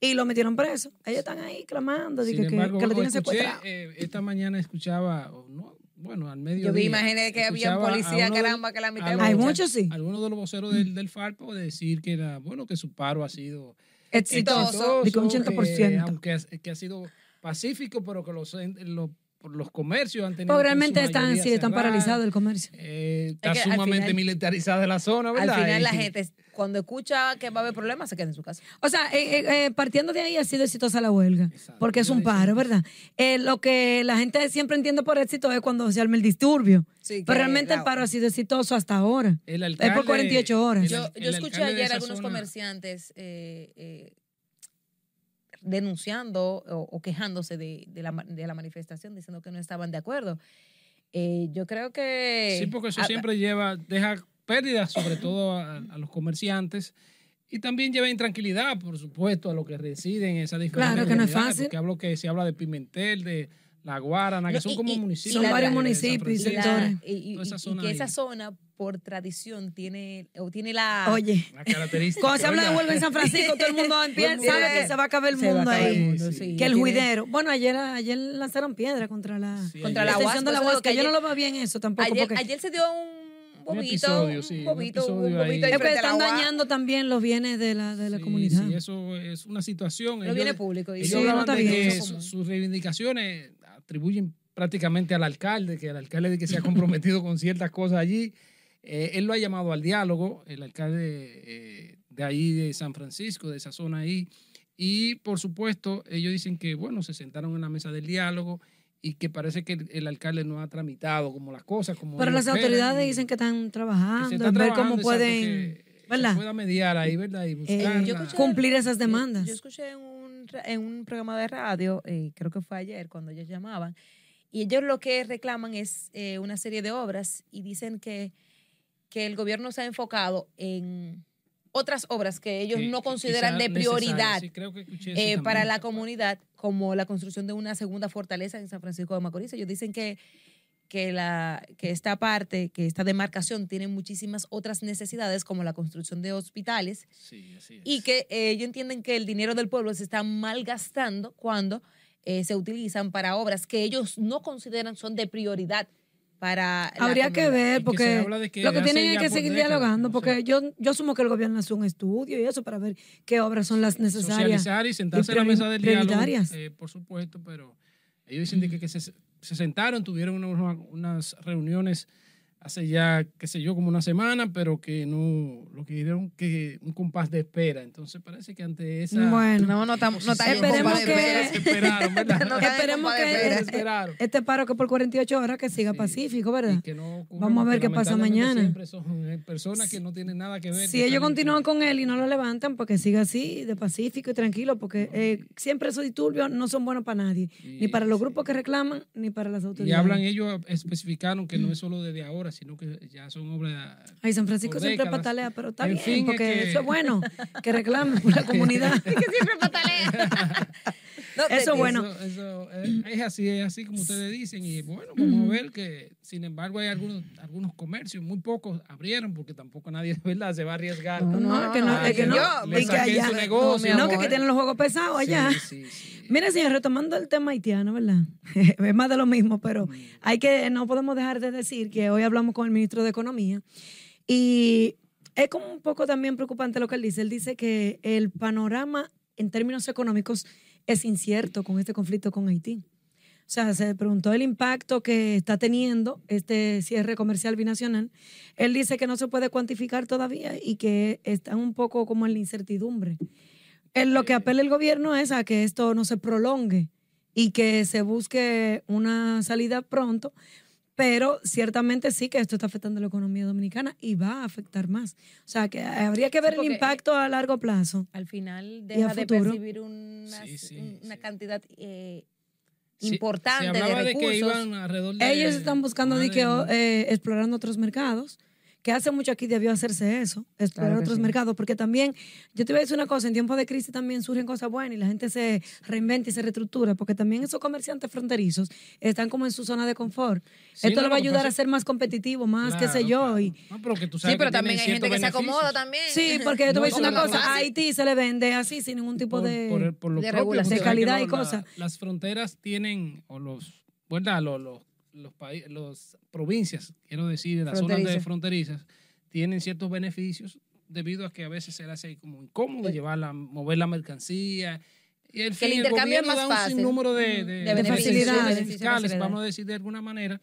Speaker 2: y lo metieron preso. Ellos están ahí clamando, de
Speaker 1: Sin
Speaker 2: que, que-
Speaker 1: embargo,
Speaker 2: que lo tienen
Speaker 1: escuché,
Speaker 2: secuestrado.
Speaker 1: eh, esta mañana escuchaba, o no, bueno, al medio
Speaker 3: Yo vi imágenes de que había policía, caramba, que la mitad de
Speaker 2: Hay muchos, sí.
Speaker 1: Algunos de los voceros del, del Farpo decir que, la, bueno, que su paro ha sido
Speaker 2: Exitoso.
Speaker 1: exitoso, eh,
Speaker 2: de que un
Speaker 1: que,
Speaker 2: 80%.
Speaker 1: aunque ha- que ha sido pacífico, pero que los, en- los por los comercios han tenido.
Speaker 2: Porque
Speaker 1: que en su
Speaker 2: realmente están,
Speaker 1: mayoría
Speaker 2: sí, están
Speaker 1: cerrar.
Speaker 2: paralizados el comercio.
Speaker 1: Eh, está
Speaker 3: que al
Speaker 1: sumamente
Speaker 3: final-
Speaker 1: militarizada la zona,
Speaker 3: Al
Speaker 1: ¿verdad?
Speaker 3: final
Speaker 1: Y-
Speaker 3: la gente, cuando escucha que va a haber problemas, se queda en su casa.
Speaker 2: O sea, eh, eh, eh, partiendo de ahí ha sido exitosa la huelga,
Speaker 1: Exacto.
Speaker 2: porque es
Speaker 1: Yo
Speaker 2: un
Speaker 1: decía
Speaker 2: paro, ¿verdad? Eh, lo que la gente siempre entiende por éxito es cuando se arma el disturbio.
Speaker 3: Sí,
Speaker 2: Pero
Speaker 3: que
Speaker 2: realmente
Speaker 3: la-
Speaker 2: el paro ha sido exitoso hasta ahora.
Speaker 1: El
Speaker 2: Es por 48 horas.
Speaker 1: el-
Speaker 3: Yo,
Speaker 1: el
Speaker 3: yo escuché
Speaker 1: alcalde de
Speaker 3: ayer
Speaker 1: esa
Speaker 3: algunos
Speaker 1: zona-
Speaker 3: comerciantes eh, eh, denunciando o, o quejándose de, de la, ma- de la manifestación, diciendo que no estaban de acuerdo. Eh, yo creo que...
Speaker 1: Sí, porque eso
Speaker 3: Ah,
Speaker 1: siempre lleva, deja pérdidas, sobre todo a, a los comerciantes, y también lleva intranquilidad, por supuesto, a los que residen en esas diferentes
Speaker 2: Claro que no es
Speaker 1: comunidades,
Speaker 2: fácil.
Speaker 1: Porque hablo que se habla de Pimentel, de La Guarana,
Speaker 3: No,
Speaker 1: que son
Speaker 3: y-
Speaker 1: como
Speaker 3: y- y
Speaker 1: municipios.
Speaker 3: Son
Speaker 1: de-
Speaker 3: varios
Speaker 1: de San
Speaker 2: municipios y
Speaker 3: y, la-
Speaker 1: Francisco.
Speaker 2: sectores.
Speaker 3: y- y-
Speaker 1: Toda esa
Speaker 3: y- y
Speaker 1: zona
Speaker 3: que
Speaker 1: ahí.
Speaker 3: esa zona, por tradición, tiene, o tiene la...
Speaker 2: Oye,
Speaker 1: Una característica.
Speaker 2: cuando se habla de
Speaker 1: ¿verdad?
Speaker 2: huelga en San Francisco, todo el mundo empieza, sabe que se va a acabar el
Speaker 3: Se va a
Speaker 2: mundo
Speaker 3: acabar el
Speaker 2: ahí.
Speaker 1: Sí,
Speaker 3: mundo, sí.
Speaker 2: Que el
Speaker 3: Tiene-
Speaker 2: juidero. Bueno, ayer, ayer lanzaron piedra contra la,
Speaker 1: Sí,
Speaker 3: Contra
Speaker 1: ayer.
Speaker 3: la UAS,
Speaker 2: extensión de la
Speaker 3: por eso
Speaker 2: UAS, que
Speaker 3: digo
Speaker 2: yo
Speaker 3: que
Speaker 2: no lo veo bien eso tampoco.
Speaker 3: Ayer,
Speaker 2: porque
Speaker 3: ayer se dio un bobito,
Speaker 1: episodio, sí,
Speaker 3: un
Speaker 1: un
Speaker 3: bobito, un
Speaker 1: episodio ahí.
Speaker 3: bobito ahí
Speaker 2: es que
Speaker 3: frente a la
Speaker 2: están
Speaker 3: UAS.
Speaker 2: dañando también los bienes de la, de la
Speaker 1: Sí,
Speaker 2: comunidad.
Speaker 1: sí, eso es una situación.
Speaker 3: No viene público. y
Speaker 1: Ellos
Speaker 2: Sí,
Speaker 3: yo-
Speaker 2: no
Speaker 1: hablaban
Speaker 2: está
Speaker 1: de
Speaker 2: bien,
Speaker 1: que
Speaker 2: eso
Speaker 1: su-
Speaker 3: como-
Speaker 1: sus reivindicaciones atribuyen prácticamente al alcalde, que el alcalde de que se ha comprometido con ciertas cosas allí. Eh, él lo ha llamado al diálogo, el alcalde eh, de ahí, de San Francisco, de esa zona ahí. Y por supuesto, ellos dicen que, bueno, se sentaron en la mesa del diálogo y que parece que el, el alcalde no ha tramitado como las cosas. Como
Speaker 2: Pero
Speaker 1: ellos
Speaker 2: las autoridades
Speaker 1: esperan,
Speaker 2: dicen que están
Speaker 1: que
Speaker 2: trabajando,
Speaker 1: se
Speaker 2: en
Speaker 1: está
Speaker 2: ver
Speaker 1: trabajando,
Speaker 2: cómo
Speaker 1: exacto,
Speaker 2: pueden
Speaker 1: que se
Speaker 2: ¿verdad?
Speaker 1: pueda mediar ahí, ¿verdad? Y
Speaker 2: eh,
Speaker 1: buscar
Speaker 3: yo
Speaker 1: la-
Speaker 3: escuché-
Speaker 2: cumplir esas
Speaker 3: Eh,
Speaker 2: demandas.
Speaker 3: Yo escuché en un, ra- en un programa de radio, eh, creo que fue ayer, cuando ellos llamaban, y ellos lo que reclaman es eh, una serie de obras y dicen que, que el gobierno se ha enfocado en otras obras que ellos
Speaker 1: que-
Speaker 3: no
Speaker 1: que
Speaker 3: consideran
Speaker 1: quizás
Speaker 3: de
Speaker 1: necesaria.
Speaker 3: prioridad
Speaker 1: Sí, creo que escuché
Speaker 3: eh,
Speaker 1: eso también.
Speaker 3: para la comunidad, como la construcción de una segunda fortaleza en San Francisco de Macorís. Ellos dicen que, que, la, que esta parte, que esta demarcación tiene muchísimas otras necesidades, como la construcción de hospitales
Speaker 1: Sí, así es.
Speaker 3: y que eh, ellos entienden que el dinero del pueblo se está malgastando cuando eh, se utilizan para obras que ellos no consideran son de prioridad para la
Speaker 2: Habría que
Speaker 3: comunidad.
Speaker 1: Y
Speaker 2: ver,
Speaker 1: que
Speaker 2: Eh, porque
Speaker 1: se habla de que
Speaker 2: lo que
Speaker 1: hace
Speaker 2: tienen es
Speaker 1: ya
Speaker 2: que
Speaker 1: por
Speaker 2: seguir
Speaker 1: décadas,
Speaker 2: dialogando,
Speaker 1: o
Speaker 2: porque
Speaker 1: sea,
Speaker 2: yo, yo asumo que el gobierno hace un estudio y eso para ver qué obras son las necesarias.
Speaker 1: socializar y sentarse
Speaker 2: y
Speaker 1: a la mesa del diálogo,
Speaker 2: prioritarias.
Speaker 1: eh, por supuesto, pero ellos dicen de que, que se, se sentaron, tuvieron unos- unas reuniones hace ya, qué sé yo, como una semana, pero que no, lo que dieron que un compás de espera. Entonces parece que ante esa...
Speaker 2: Bueno,
Speaker 3: No, no, tam- no tan
Speaker 1: posición,
Speaker 2: Esperemos
Speaker 1: compadre,
Speaker 2: que-
Speaker 1: se desesperaron, ¿verdad?
Speaker 3: No,
Speaker 1: Se
Speaker 2: esperemos
Speaker 3: compadre,
Speaker 2: que
Speaker 3: espera.
Speaker 1: desesperaron.
Speaker 2: este paro que por 48 horas que siga
Speaker 1: Sí.
Speaker 2: pacífico,
Speaker 1: Y
Speaker 2: ¿verdad?
Speaker 1: que no ocurra,
Speaker 2: Vamos a ver
Speaker 1: porque
Speaker 2: qué pasa
Speaker 1: lamentablemente
Speaker 2: mañana.
Speaker 1: Siempre son eh, personas que no tienen nada que ver.
Speaker 2: Si
Speaker 1: que
Speaker 2: ellos
Speaker 1: están en-
Speaker 2: continúan con él y no lo levantan, pues que siga así, de pacífico y tranquilo, porque eh, siempre esos disturbios no son buenos para nadie, ni para los
Speaker 1: Sí.
Speaker 2: grupos que reclaman, ni para las
Speaker 1: Y
Speaker 2: autoridades.
Speaker 1: hablan ellos, especificaron que
Speaker 2: Mm.
Speaker 1: no es solo desde ahora, sino que ya son obras
Speaker 2: Ay, San Francisco
Speaker 1: por
Speaker 2: siempre
Speaker 1: décadas.
Speaker 2: patalea, pero está
Speaker 1: En
Speaker 2: bien,
Speaker 1: fin, es
Speaker 2: porque
Speaker 1: que-
Speaker 2: eso es bueno, que reclamen por la comunidad.
Speaker 3: que siempre patalea. No,
Speaker 2: Eso
Speaker 3: te- te-
Speaker 2: bueno.
Speaker 1: Eso- eso, eh, es así, es así como ustedes dicen. Y bueno, vamos a ver que, sin embargo, hay algunos, algunos comercios, muy pocos abrieron, porque tampoco nadie de verdad se va a arriesgar.
Speaker 2: No, no, es que no,
Speaker 1: Ah,
Speaker 2: es que
Speaker 1: yo
Speaker 2: no,
Speaker 1: le
Speaker 2: y que
Speaker 1: saqué
Speaker 2: allá,
Speaker 1: su negocio,
Speaker 2: no,
Speaker 1: amor.
Speaker 2: que aquí tienen los juegos pesados
Speaker 1: Sí,
Speaker 2: allá.
Speaker 1: sí, sí.
Speaker 2: Mira, señor, retomando el tema haitiano, ¿verdad? es más de lo mismo, pero hay que, no podemos dejar de decir que hoy hablamos con el ministro de Economía y es como un poco también preocupante lo que él dice. Él dice que el panorama en términos económicos es incierto con este conflicto con Haití. O sea, se preguntó el impacto que está teniendo este cierre comercial binacional. Él dice que no se puede cuantificar todavía y que está un poco como en la incertidumbre. En lo que apela el gobierno es a que esto no se prolongue y que se busque una salida pronto, pero ciertamente sí que esto está afectando la economía dominicana y va a afectar más. O sea, que habría que ver el
Speaker 3: porque-
Speaker 2: impacto a largo plazo.
Speaker 3: Al final deja de
Speaker 2: futuro.
Speaker 3: percibir unas-
Speaker 1: Sí, sí,
Speaker 3: un- una
Speaker 1: sí.
Speaker 3: cantidad eh,
Speaker 1: Sí,
Speaker 3: importante
Speaker 1: se
Speaker 3: de
Speaker 1: hablaba de
Speaker 3: recursos.
Speaker 1: que iban alrededor de-
Speaker 2: Ellos están buscando
Speaker 1: más
Speaker 2: de que,
Speaker 1: de-
Speaker 2: o- eh, explorando otros mercados, que hace mucho aquí debió hacerse eso, explorar
Speaker 3: Claro que
Speaker 2: otros
Speaker 3: sí.
Speaker 2: mercados, porque también, yo te voy a decir una cosa, en tiempos de crisis también surgen cosas buenas y la gente se reinventa y se reestructura, porque también esos comerciantes fronterizos están como en su zona de confort.
Speaker 1: Sí,
Speaker 2: Esto
Speaker 1: no,
Speaker 2: le va a
Speaker 1: lo que
Speaker 2: ayudar
Speaker 1: pasa-
Speaker 2: a ser más competitivo, más qué sé
Speaker 1: Claro,
Speaker 2: yo.
Speaker 1: claro.
Speaker 2: Y,
Speaker 1: No, pero que tú
Speaker 3: Sí,
Speaker 1: sabes
Speaker 3: pero
Speaker 1: que tiene
Speaker 3: también hay gente
Speaker 1: ciertos
Speaker 3: que se acomoda
Speaker 1: beneficios.
Speaker 3: también.
Speaker 2: sí, porque yo te voy a
Speaker 1: No
Speaker 2: decir una
Speaker 1: son las
Speaker 2: cosa, a
Speaker 1: fáciles.
Speaker 2: Haití se le vende así, sin ningún tipo
Speaker 1: por-
Speaker 2: de...
Speaker 1: por el- por lo
Speaker 3: de
Speaker 1: propio,
Speaker 3: regulación.
Speaker 1: porque
Speaker 2: De calidad
Speaker 1: sabes que
Speaker 2: y
Speaker 1: la-
Speaker 2: cosas.
Speaker 1: las fronteras tienen, o los, ¿verdad? Los, los, los, paí- los provincias, quiero decir, de las zonas de
Speaker 3: Fronteriza.
Speaker 1: fronterizas, tienen ciertos beneficios debido a que a veces se le hace como incómodo llevarla, mover la mercancía, Y el,
Speaker 3: Que el
Speaker 1: fin, el
Speaker 3: intercambio es
Speaker 1: gobierno
Speaker 3: más
Speaker 1: da un
Speaker 3: fácil.
Speaker 1: sinnúmero de,
Speaker 3: Mm,
Speaker 1: de-
Speaker 3: de
Speaker 1: de
Speaker 2: beneficios,
Speaker 1: facilidades
Speaker 2: beneficios,
Speaker 1: fiscales,
Speaker 3: facilidades.
Speaker 1: vamos a decir de alguna manera,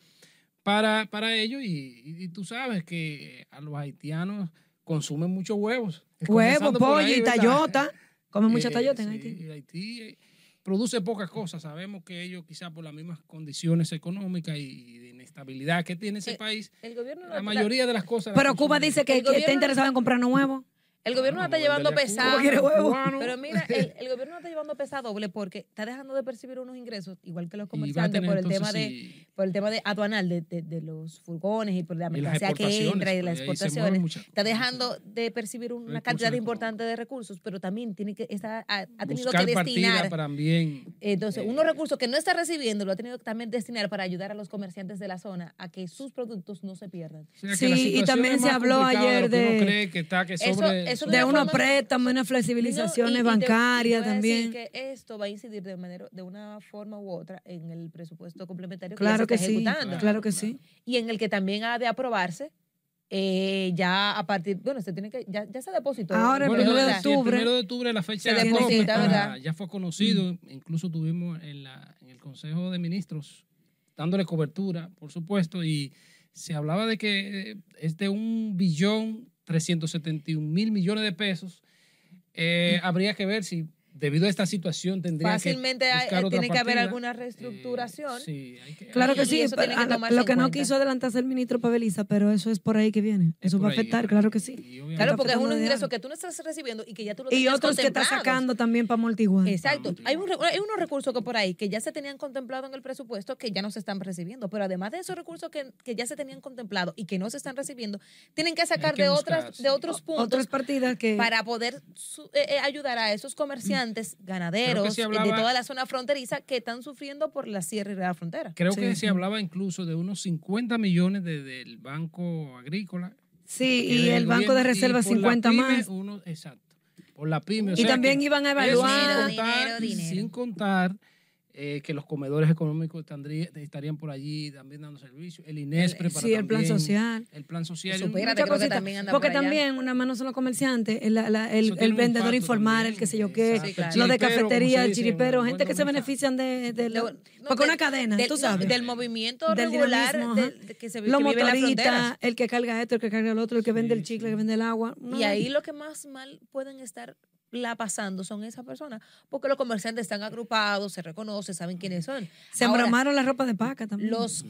Speaker 1: para, para ellos. Y, y- y tú sabes que a los haitianos consumen muchos huevos.
Speaker 2: Huevo,
Speaker 1: Comenzando por
Speaker 2: pollo
Speaker 1: ahí,
Speaker 2: y
Speaker 1: ¿verdad?
Speaker 2: tallota. Come mucha
Speaker 1: Eh,
Speaker 2: tallota en
Speaker 1: sí,
Speaker 2: Haití.
Speaker 1: y Haití eh, produce pocas cosas. Sabemos que ellos quizás por las mismas condiciones económicas y de inestabilidad que tiene ese
Speaker 3: Eh,
Speaker 1: país,
Speaker 3: El gobierno
Speaker 1: la mayoría de las cosas... las
Speaker 2: Pero Cuba
Speaker 1: consumen.
Speaker 2: dice que,
Speaker 3: El
Speaker 2: que está
Speaker 3: gobierno-
Speaker 2: interesado en comprar huevos.
Speaker 3: el gobierno la
Speaker 1: Vamos
Speaker 3: está
Speaker 1: a venderle
Speaker 3: llevando
Speaker 1: a Cuba.
Speaker 3: pesado.
Speaker 2: ¿Quiere huevo?
Speaker 1: Cubano.
Speaker 3: Pero mira, el, el gobierno la está llevando pesado doble porque está dejando de percibir unos ingresos, igual que los
Speaker 1: Y va a
Speaker 3: comerciantes,
Speaker 1: tener
Speaker 3: por el
Speaker 1: entonces,
Speaker 3: tema de
Speaker 1: sí,
Speaker 3: por el tema de aduanal de, de- de los furgones y por la
Speaker 1: y las
Speaker 3: mercancía que entra y
Speaker 1: porque ahí
Speaker 3: las
Speaker 1: se mueven
Speaker 3: exportaciones.
Speaker 1: muchas
Speaker 3: Está
Speaker 1: cosas.
Speaker 3: dejando de percibir una
Speaker 1: Recursos
Speaker 3: cantidad
Speaker 1: económicos.
Speaker 3: importante de recursos, pero también tiene que está, ha, ha tenido
Speaker 1: Buscar
Speaker 3: que
Speaker 1: partida
Speaker 3: destinar.
Speaker 1: para también.
Speaker 3: Entonces,
Speaker 1: eh,
Speaker 3: unos recursos que no está recibiendo lo ha tenido que también destinar para ayudar a los comerciantes de la zona a que sus productos no se pierdan.
Speaker 1: O sea, que
Speaker 2: Sí,
Speaker 1: la
Speaker 2: y
Speaker 1: situación
Speaker 2: también
Speaker 1: es
Speaker 2: se
Speaker 1: más
Speaker 2: habló
Speaker 1: complicada
Speaker 2: ayer
Speaker 1: lo que uno
Speaker 2: de-
Speaker 1: cree que está, que
Speaker 3: Eso-
Speaker 1: sobre-
Speaker 3: eso
Speaker 1: sobre-
Speaker 2: De
Speaker 3: una
Speaker 2: unos
Speaker 3: forma-
Speaker 2: préstamos, unas flexibilizaciones
Speaker 3: No, y- y te- y te voy a decir
Speaker 2: bancarias también.
Speaker 3: que esto va a incidir de, manera, de una forma u otra en el presupuesto complementario
Speaker 2: Claro
Speaker 3: que, ya
Speaker 2: que
Speaker 3: se está
Speaker 2: sí,
Speaker 3: ejecutando.
Speaker 2: claro que sí.
Speaker 3: y en el que también ha de aprobarse eh, ya a partir, bueno, se tiene que, ya, ya se depositó.
Speaker 2: Ahora, el
Speaker 1: Bueno,
Speaker 3: ¿verdad?
Speaker 2: primero de
Speaker 1: sí, el
Speaker 2: octubre.
Speaker 1: primero de octubre la fecha
Speaker 3: Se
Speaker 1: propia
Speaker 3: deposita,
Speaker 1: para-
Speaker 3: ¿verdad?
Speaker 1: ya fue conocido, incluso tuvimos en, la, en el Consejo de Ministros dándole cobertura, por supuesto, y se hablaba de que eh, es de un billón 371 mil millones de pesos. Eh,
Speaker 3: Mm.
Speaker 1: habría que ver si debido a esta situación tendría
Speaker 3: Fácilmente
Speaker 1: que
Speaker 3: hay-
Speaker 1: buscar otra
Speaker 3: tiene que haber
Speaker 1: partida.
Speaker 3: alguna
Speaker 1: Eh,
Speaker 3: reestructuración.
Speaker 1: sí, hay que-
Speaker 2: Claro
Speaker 1: hay
Speaker 2: que
Speaker 3: Y
Speaker 2: sí,
Speaker 3: eso
Speaker 2: pero
Speaker 3: tiene que
Speaker 2: a-
Speaker 3: tomarse
Speaker 2: lo que
Speaker 3: en
Speaker 2: no
Speaker 3: cuenta.
Speaker 2: quiso adelantarse el ministro Paveliza, pero eso es por ahí que viene.
Speaker 1: Es
Speaker 2: Eso
Speaker 1: por
Speaker 2: va a
Speaker 1: ahí, es
Speaker 2: afectar,
Speaker 1: por
Speaker 2: claro
Speaker 1: ahí.
Speaker 2: que sí.
Speaker 1: Y obviamente-
Speaker 3: Claro,
Speaker 2: Está
Speaker 3: porque es un
Speaker 2: tratando de
Speaker 3: ingreso
Speaker 2: dar.
Speaker 3: que tú no estás recibiendo y que ya tú lo
Speaker 2: Y
Speaker 3: tenías
Speaker 2: otros que está
Speaker 3: contemplados.
Speaker 2: sacando también para amortiguar.
Speaker 3: Exacto.
Speaker 1: Vamos,
Speaker 3: Hay, un re- hay unos recursos que por ahí que ya se tenían contemplados en el presupuesto que ya no se están recibiendo. Pero además de esos recursos que, que ya se tenían contemplados y que no se están recibiendo, tienen que sacar
Speaker 1: que
Speaker 3: de,
Speaker 1: buscar,
Speaker 3: otras,
Speaker 1: sí.
Speaker 3: de otros puntos
Speaker 2: Otras partidas que...
Speaker 3: para poder su- eh, eh, ayudar a esos comerciantes, ganaderos
Speaker 1: sí
Speaker 3: eh, de
Speaker 1: hablaba-
Speaker 3: toda la zona fronteriza que están sufriendo por la cierre de la frontera.
Speaker 1: Creo
Speaker 2: Sí,
Speaker 1: que se
Speaker 2: sí.
Speaker 1: hablaba incluso de unos 50 millones de- del Banco Agrícola
Speaker 2: Sí,
Speaker 1: que
Speaker 2: y
Speaker 1: del
Speaker 2: el Banco de
Speaker 1: gobierno, y
Speaker 2: Reserva
Speaker 1: por la
Speaker 2: 50
Speaker 1: pyme,
Speaker 2: más.
Speaker 1: uno- exacto. Por la pyme. o
Speaker 2: Y
Speaker 1: sea
Speaker 2: también
Speaker 1: que
Speaker 2: iban a
Speaker 1: eso
Speaker 2: evaluar.
Speaker 1: Sin contar,
Speaker 3: Dinero, dinero,
Speaker 1: sin
Speaker 3: dinero.
Speaker 1: contar, eh, que los comedores económicos tendría- estarían por allí también dando servicio. El INESPRE para
Speaker 2: Sí, el plan
Speaker 1: también-
Speaker 2: social.
Speaker 1: El plan social.
Speaker 3: Supérate,
Speaker 2: Muchas
Speaker 3: creo que
Speaker 2: cositas.
Speaker 3: también anda
Speaker 2: Porque
Speaker 3: por allá.
Speaker 2: también una mano son los comerciantes, el, la- la- el-
Speaker 1: Eso tiene
Speaker 2: el
Speaker 1: un
Speaker 2: vendedor
Speaker 1: impacto
Speaker 2: informal,
Speaker 1: también,
Speaker 2: el que sé yo qué,
Speaker 1: exacto.
Speaker 3: Sí, claro.
Speaker 2: lo de
Speaker 1: Chiripero, como se
Speaker 2: cafetería, el
Speaker 1: dice,
Speaker 2: chiripero,
Speaker 1: bueno,
Speaker 2: gente que se
Speaker 1: bueno,
Speaker 2: benefician de, de lo-
Speaker 3: No,
Speaker 2: porque
Speaker 3: del-
Speaker 2: una cadena,
Speaker 3: del-
Speaker 2: tú sabes.
Speaker 3: Del movimiento
Speaker 2: Del
Speaker 3: regular
Speaker 2: dinamismo,
Speaker 3: de-
Speaker 2: ajá.
Speaker 3: de que se que
Speaker 2: los
Speaker 3: vive en la
Speaker 2: motoristas,
Speaker 3: frontera.
Speaker 2: el que carga esto, el que carga el otro, el que vende el chicle, el que vende el agua. No,
Speaker 3: Y ahí lo que más mal pueden estar la pasando son esas personas, porque los comerciantes están agrupados, se reconocen, saben quiénes son.
Speaker 2: se
Speaker 3: Ahora,
Speaker 2: embramaron la ropa de paca también.
Speaker 3: los,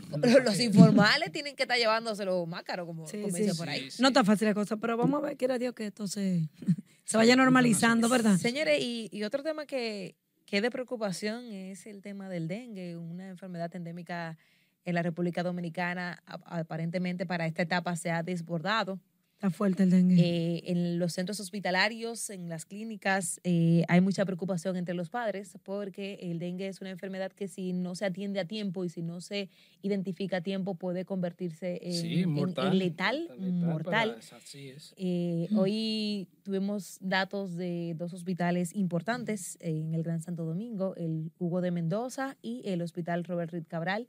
Speaker 3: los informales tienen que estar llevándoselo más caro, como,
Speaker 2: Sí,
Speaker 3: como
Speaker 2: sí.
Speaker 3: dice por ahí.
Speaker 2: No está fácil la cosa, pero vamos a ver, quiera Dios que esto se, se vaya normalizando, ¿verdad?
Speaker 3: Señores, y, y otro tema que, que es de preocupación es el tema del dengue, una enfermedad endémica en la República Dominicana. Ap- Aparentemente para esta etapa se ha desbordado.
Speaker 2: Está fuerte el dengue.
Speaker 3: Eh, en los centros hospitalarios, en las clínicas, eh, hay mucha preocupación entre los padres porque el dengue es una enfermedad que si no se atiende a tiempo y si no se identifica a tiempo puede convertirse en,
Speaker 1: Sí,
Speaker 3: en-
Speaker 1: mortal.
Speaker 3: en letal, mortal.
Speaker 1: para- así es.
Speaker 3: Eh, hoy tuvimos datos de dos hospitales importantes en el Gran Santo Domingo, el Hugo de Mendoza y el Hospital Robert Reed Cabral,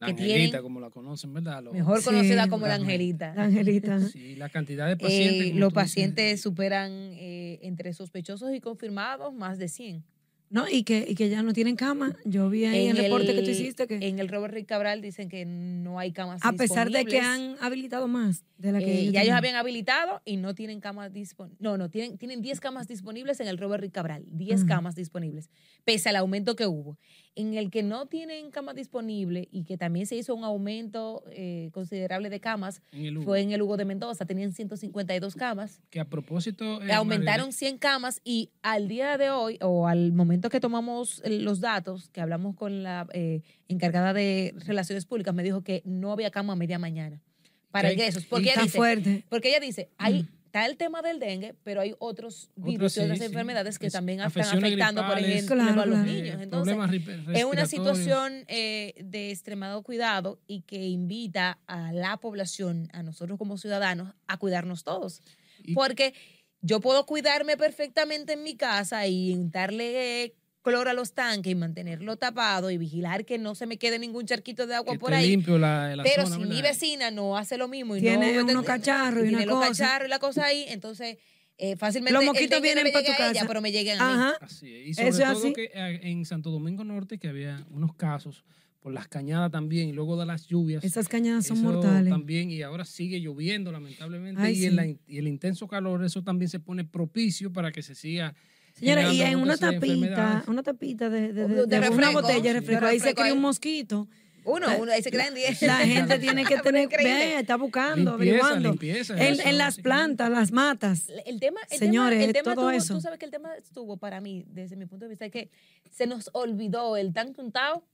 Speaker 1: La
Speaker 3: que
Speaker 1: Angelita,
Speaker 3: tienen-
Speaker 1: como la conocen, ¿verdad? Los-
Speaker 3: mejor
Speaker 2: Sí,
Speaker 3: conocida como la
Speaker 1: realmente.
Speaker 3: Angelita.
Speaker 2: La Angelita.
Speaker 1: Sí, la cantidad de
Speaker 3: Eh,
Speaker 1: pacientes. como
Speaker 3: los
Speaker 1: tú dices,
Speaker 3: pacientes superan eh, entre sospechosos y confirmados más de 100.
Speaker 2: No, y que, y que ya no tienen cama. Yo vi ahí el reporte que tú hiciste que
Speaker 3: En el Robert Reed Cabral dicen que no hay camas
Speaker 2: a pesar de que
Speaker 3: disponibles.
Speaker 2: han habilitado más de la que
Speaker 3: Eh,
Speaker 2: ellos
Speaker 3: ya ellos
Speaker 2: tenían.
Speaker 3: habían habilitado y no tienen camas disponibles. No, no, tienen, tienen 10 camas disponibles en el Robert Reed Cabral. 10
Speaker 2: Ujú.
Speaker 3: camas disponibles, pese al aumento que hubo. En el que no tienen camas disponibles y que también se hizo un aumento eh, considerable de camas
Speaker 1: en el Hugo.
Speaker 3: fue en el Hugo de Mendoza. Tenían 152 camas.
Speaker 1: Que a propósito. eh,
Speaker 3: aumentaron 100 camas y al día de hoy, o al momento que tomamos eh, los datos, que hablamos con la eh, encargada de Relaciones Públicas, me dijo que no había cama a media mañana para
Speaker 1: Que-
Speaker 3: ingresos. Porque ella
Speaker 2: Está
Speaker 3: dice,
Speaker 2: fuerte.
Speaker 3: porque ella dice, hay, está el tema del dengue, pero hay otros virus
Speaker 1: Mm. Otros,
Speaker 3: y otras
Speaker 1: sí, sí.
Speaker 3: enfermedades que
Speaker 1: Es-
Speaker 3: también están
Speaker 1: afecciones
Speaker 3: afectando, por
Speaker 1: gripales,
Speaker 3: ejemplo,
Speaker 2: Claro,
Speaker 3: a los
Speaker 2: claro.
Speaker 1: eh,
Speaker 3: niños. Entonces,
Speaker 1: problemas ri-
Speaker 3: es una
Speaker 1: respiratorios.
Speaker 3: situación eh, de extremado cuidado y que invita a la población, a nosotros como ciudadanos, a cuidarnos todos.
Speaker 1: Y-
Speaker 3: Porque yo puedo cuidarme perfectamente en mi casa y untarle eh, cloro a los tanques y mantenerlo tapado y vigilar que no se me quede ningún charquito de agua
Speaker 1: que
Speaker 3: por
Speaker 1: esté
Speaker 3: ahí.
Speaker 1: limpio la, la
Speaker 3: Pero
Speaker 1: zona,
Speaker 3: si mi
Speaker 1: ¿verdad?
Speaker 3: vecina no hace lo mismo y
Speaker 2: Tiene
Speaker 3: no
Speaker 2: unos cacharros y
Speaker 3: tiene
Speaker 2: una
Speaker 3: los
Speaker 2: cosa.
Speaker 3: cacharros y la cosa ahí, entonces eh, fácilmente.
Speaker 2: Los
Speaker 3: el
Speaker 2: moquitos
Speaker 3: dengue no
Speaker 2: vienen
Speaker 3: le
Speaker 2: pa'
Speaker 3: llega
Speaker 2: tu
Speaker 3: a ella,
Speaker 2: casa.
Speaker 3: pero me llegan a mí.
Speaker 2: Ajá.
Speaker 1: Así es. Y sobre
Speaker 2: Eso es
Speaker 1: todo
Speaker 2: así.
Speaker 1: que eh, en Santo Domingo Norte que había unos casos por las cañadas también y luego de las lluvias.
Speaker 2: Esas cañadas son
Speaker 1: Eso
Speaker 2: mortales.
Speaker 1: También, y ahora sigue lloviendo, lamentablemente.
Speaker 2: Ay,
Speaker 1: y,
Speaker 2: sí.
Speaker 1: el, la- y el intenso calor, eso también se pone propicio para que se siga.
Speaker 2: Señora, y
Speaker 1: generando
Speaker 2: en
Speaker 1: lo que
Speaker 2: una
Speaker 1: sea
Speaker 2: tapita,
Speaker 1: enfermedades.
Speaker 2: una tapita de, de- de-
Speaker 3: De
Speaker 2: de una
Speaker 3: refresco.
Speaker 2: botella de
Speaker 1: De
Speaker 2: refresco, ahí se
Speaker 3: refresco
Speaker 2: cría
Speaker 3: ahí.
Speaker 2: un mosquito.
Speaker 3: Uno, uno, ahí se crean diez.
Speaker 2: La gente tiene que
Speaker 3: Pero
Speaker 2: tener,
Speaker 3: increíble.
Speaker 2: ve, está buscando,
Speaker 1: Limpieza,
Speaker 2: averiguando.
Speaker 1: limpieza,
Speaker 2: en,
Speaker 1: eso,
Speaker 2: en las
Speaker 1: sí.
Speaker 2: plantas, las matas.
Speaker 3: El tema, el
Speaker 2: Señores,
Speaker 3: tema, el tema
Speaker 2: todo
Speaker 3: tuvo-
Speaker 2: eso.
Speaker 3: Tú sabes que el tema estuvo para mí, desde mi punto de vista, es que se nos olvidó el tan untado,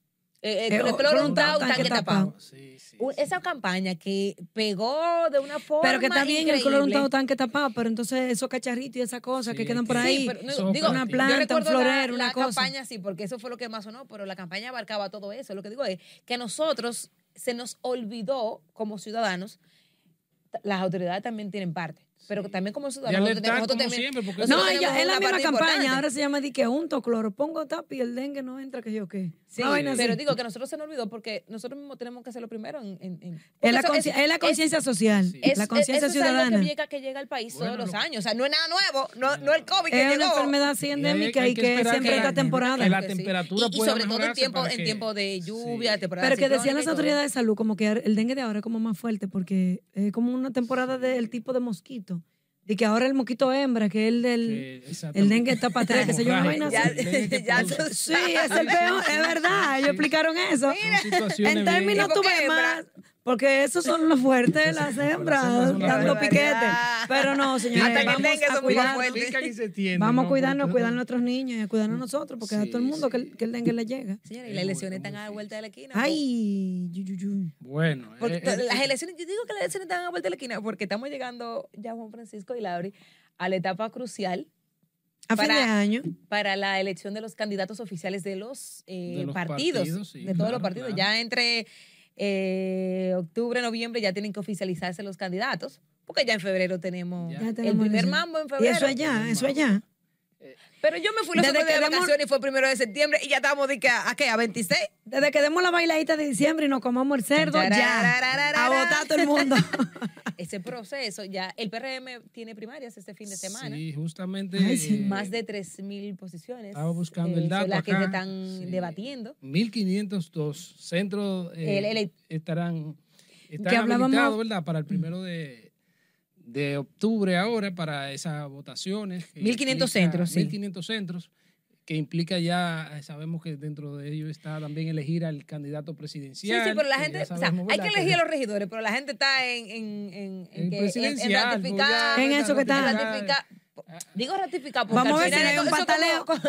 Speaker 3: eh, eh,
Speaker 2: Eh,
Speaker 3: con el
Speaker 2: o-
Speaker 3: cloro
Speaker 2: con un
Speaker 3: untado,
Speaker 2: tan-
Speaker 3: tanque
Speaker 2: tanque
Speaker 3: tapado.
Speaker 1: Sí, sí,
Speaker 3: Un-
Speaker 1: sí.
Speaker 3: Esa campaña que pegó de una forma
Speaker 2: Pero que está bien el color
Speaker 3: increíble.
Speaker 2: untado tanque tapado, pero entonces esos cacharritos y esas cosas que
Speaker 1: Sí,
Speaker 2: quedan
Speaker 1: es
Speaker 2: por
Speaker 1: que-
Speaker 2: ahí.
Speaker 3: Sí, pero no,
Speaker 1: Eso,
Speaker 3: digo,
Speaker 1: una
Speaker 2: planta,
Speaker 3: yo
Speaker 2: un
Speaker 3: recuerdo
Speaker 2: florero,
Speaker 3: la,
Speaker 2: una
Speaker 3: la
Speaker 2: cosa.
Speaker 3: campaña, sí, porque eso fue lo que más sonó, pero la campaña abarcaba todo eso. Lo que digo es que a nosotros se nos olvidó como ciudadanos, t- las autoridades también tienen parte, pero
Speaker 1: Sí.
Speaker 3: también como
Speaker 1: De
Speaker 3: ciudadanos.
Speaker 1: alertar,
Speaker 3: nosotros
Speaker 1: como
Speaker 3: también-
Speaker 1: siempre, porque
Speaker 2: No,
Speaker 3: nosotros
Speaker 2: ella,
Speaker 3: tenemos
Speaker 2: es la
Speaker 3: una
Speaker 2: misma
Speaker 3: parte
Speaker 2: campaña.
Speaker 3: importante.
Speaker 2: Ahora se llama di que unto cloro. Pongo tap y el dengue no entra, que yo qué.
Speaker 3: Sí,
Speaker 2: Una vaina
Speaker 3: pero
Speaker 2: así.
Speaker 3: digo que a nosotros se nos olvidó porque nosotros mismos tenemos que hacerlo primero. En, en- en-
Speaker 2: es la
Speaker 3: Eso
Speaker 2: consci- es la conciencia social,
Speaker 1: Sí.
Speaker 3: es-
Speaker 2: la conciencia
Speaker 3: eso es algo
Speaker 2: ciudadana.
Speaker 3: que llega, que llega al país
Speaker 1: Bueno,
Speaker 3: todos los
Speaker 1: lo-
Speaker 3: años. O sea, no es nada nuevo, no, no el COVID que
Speaker 2: Es una
Speaker 3: llegó.
Speaker 2: enfermedad así
Speaker 1: Y hay-
Speaker 2: endémica
Speaker 1: hay
Speaker 2: y
Speaker 1: que
Speaker 2: que
Speaker 1: esperar que
Speaker 2: siempre
Speaker 1: la-
Speaker 2: está
Speaker 1: que la
Speaker 2: temporada.
Speaker 1: la
Speaker 3: Sí.
Speaker 1: temperatura
Speaker 3: y, y
Speaker 1: pueda
Speaker 3: sobre todo en
Speaker 1: mejorarse
Speaker 3: tiempo,
Speaker 1: para
Speaker 3: en
Speaker 1: que-
Speaker 3: tiempo de lluvia,
Speaker 1: Sí.
Speaker 3: temporada
Speaker 2: Pero que decían
Speaker 3: ciclónica y
Speaker 2: las
Speaker 3: todo.
Speaker 2: autoridades de salud como que el dengue de ahora es como más fuerte porque es como una temporada del tipo de mosquito. De que ahora el mosquito hembra, que es el del...
Speaker 1: que- exactamente.
Speaker 2: el dengue está para atrás, que se llama
Speaker 1: Hemorrágico,
Speaker 2: vaina
Speaker 1: el
Speaker 3: así.
Speaker 1: dengue que
Speaker 3: Ya- ya
Speaker 1: produce.
Speaker 2: Sí, es el peor, es verdad, ellos
Speaker 1: Sí.
Speaker 2: explicaron eso.
Speaker 1: Son situaciones
Speaker 2: En
Speaker 1: bien-
Speaker 2: términos
Speaker 3: ¿Y por
Speaker 2: tú
Speaker 3: qué
Speaker 2: ves
Speaker 3: hembra?
Speaker 2: más, porque esos son los fuertes, las
Speaker 1: hembras
Speaker 2: hembras,
Speaker 1: son las
Speaker 2: dando
Speaker 1: fuertes.
Speaker 2: piquete. Pero no, señores,
Speaker 3: Hasta que
Speaker 2: vamos
Speaker 3: dengue
Speaker 2: a
Speaker 3: son muy
Speaker 2: cuidar.
Speaker 3: fuertes.
Speaker 1: Pican y se tienden,
Speaker 2: Vamos a
Speaker 1: ¿no?
Speaker 2: cuidarnos, a
Speaker 1: Porque-
Speaker 2: cuidar a nuestros niños y a cuidarnos nosotros, porque a todo el
Speaker 1: Sí,
Speaker 2: mundo que,
Speaker 1: sí.
Speaker 2: el- que el dengue le llega.
Speaker 3: Señora, y
Speaker 1: Es
Speaker 3: las
Speaker 1: muy-
Speaker 3: elecciones
Speaker 1: muy
Speaker 3: están a la
Speaker 1: difícil.
Speaker 3: vuelta de la esquina.
Speaker 2: Ay, yu, yu, yu.
Speaker 1: Bueno,
Speaker 3: Porque
Speaker 1: eh, eh,
Speaker 3: las elecciones, yo digo que las elecciones están a la vuelta de la esquina porque estamos llegando ya Juan Francisco y Lauri a la etapa crucial
Speaker 2: A fin
Speaker 3: Para-
Speaker 2: de año.
Speaker 3: para la elección de los candidatos oficiales de los, eh,
Speaker 1: De los
Speaker 3: partidos,
Speaker 1: partidos, sí,
Speaker 3: de todos
Speaker 1: claro,
Speaker 3: los partidos.
Speaker 1: claro.
Speaker 3: Ya entre eh, octubre, noviembre ya tienen que oficializarse los candidatos, porque ya en febrero tenemos
Speaker 1: Ya.
Speaker 2: Ya
Speaker 3: el
Speaker 2: tenemos
Speaker 3: primer
Speaker 2: eso.
Speaker 3: mambo en
Speaker 2: Y
Speaker 3: febrero.
Speaker 2: eso allá, eso allá.
Speaker 3: Pero yo me fui los
Speaker 2: Desde
Speaker 3: otros días
Speaker 2: que
Speaker 3: de
Speaker 2: demos-
Speaker 3: vacaciones y fue el primero de septiembre y ya estábamos de que a, a qué, a 26.
Speaker 2: Desde que demos la bailadita de diciembre y nos comamos el cerdo, ya. A votar todo el mundo.
Speaker 3: Ese proceso ya, el PRM tiene primarias este fin de semana.
Speaker 1: Sí, justamente.
Speaker 2: Ay, sí,
Speaker 1: eh,
Speaker 3: Más de 3.000 posiciones.
Speaker 1: Estaba buscando el
Speaker 3: eh, son
Speaker 1: dato
Speaker 3: Las que
Speaker 1: acá.
Speaker 3: se están
Speaker 1: Sí.
Speaker 3: debatiendo.
Speaker 1: 1502 centros eh,
Speaker 3: El- el-
Speaker 1: estarán, estarán
Speaker 2: Que hablábamos-
Speaker 1: habilitados, ¿verdad? Para el primero de, de octubre ahora, para esas votaciones. que
Speaker 3: 1500
Speaker 1: implica-
Speaker 3: centros, sí.
Speaker 1: 1500 centros, que implica ya, eh, sabemos que dentro de ello está también elegir al candidato
Speaker 3: Sí,
Speaker 1: presidencial.
Speaker 3: sí, pero la
Speaker 1: que ya
Speaker 3: gente, o sea,
Speaker 1: sabemos,
Speaker 3: hay que
Speaker 1: ¿verdad?
Speaker 3: elegir a los regidores, pero la gente está en, en, en,
Speaker 1: El
Speaker 3: en, que- en- en
Speaker 1: presidencial,
Speaker 3: ratificar,
Speaker 1: juzgar,
Speaker 2: En eso que está.
Speaker 3: ratificar. Digo ratificar, porque
Speaker 2: Vamos a
Speaker 3: al
Speaker 2: ver si no
Speaker 3: final
Speaker 2: hay un
Speaker 3: eso
Speaker 2: pataleo.
Speaker 3: como-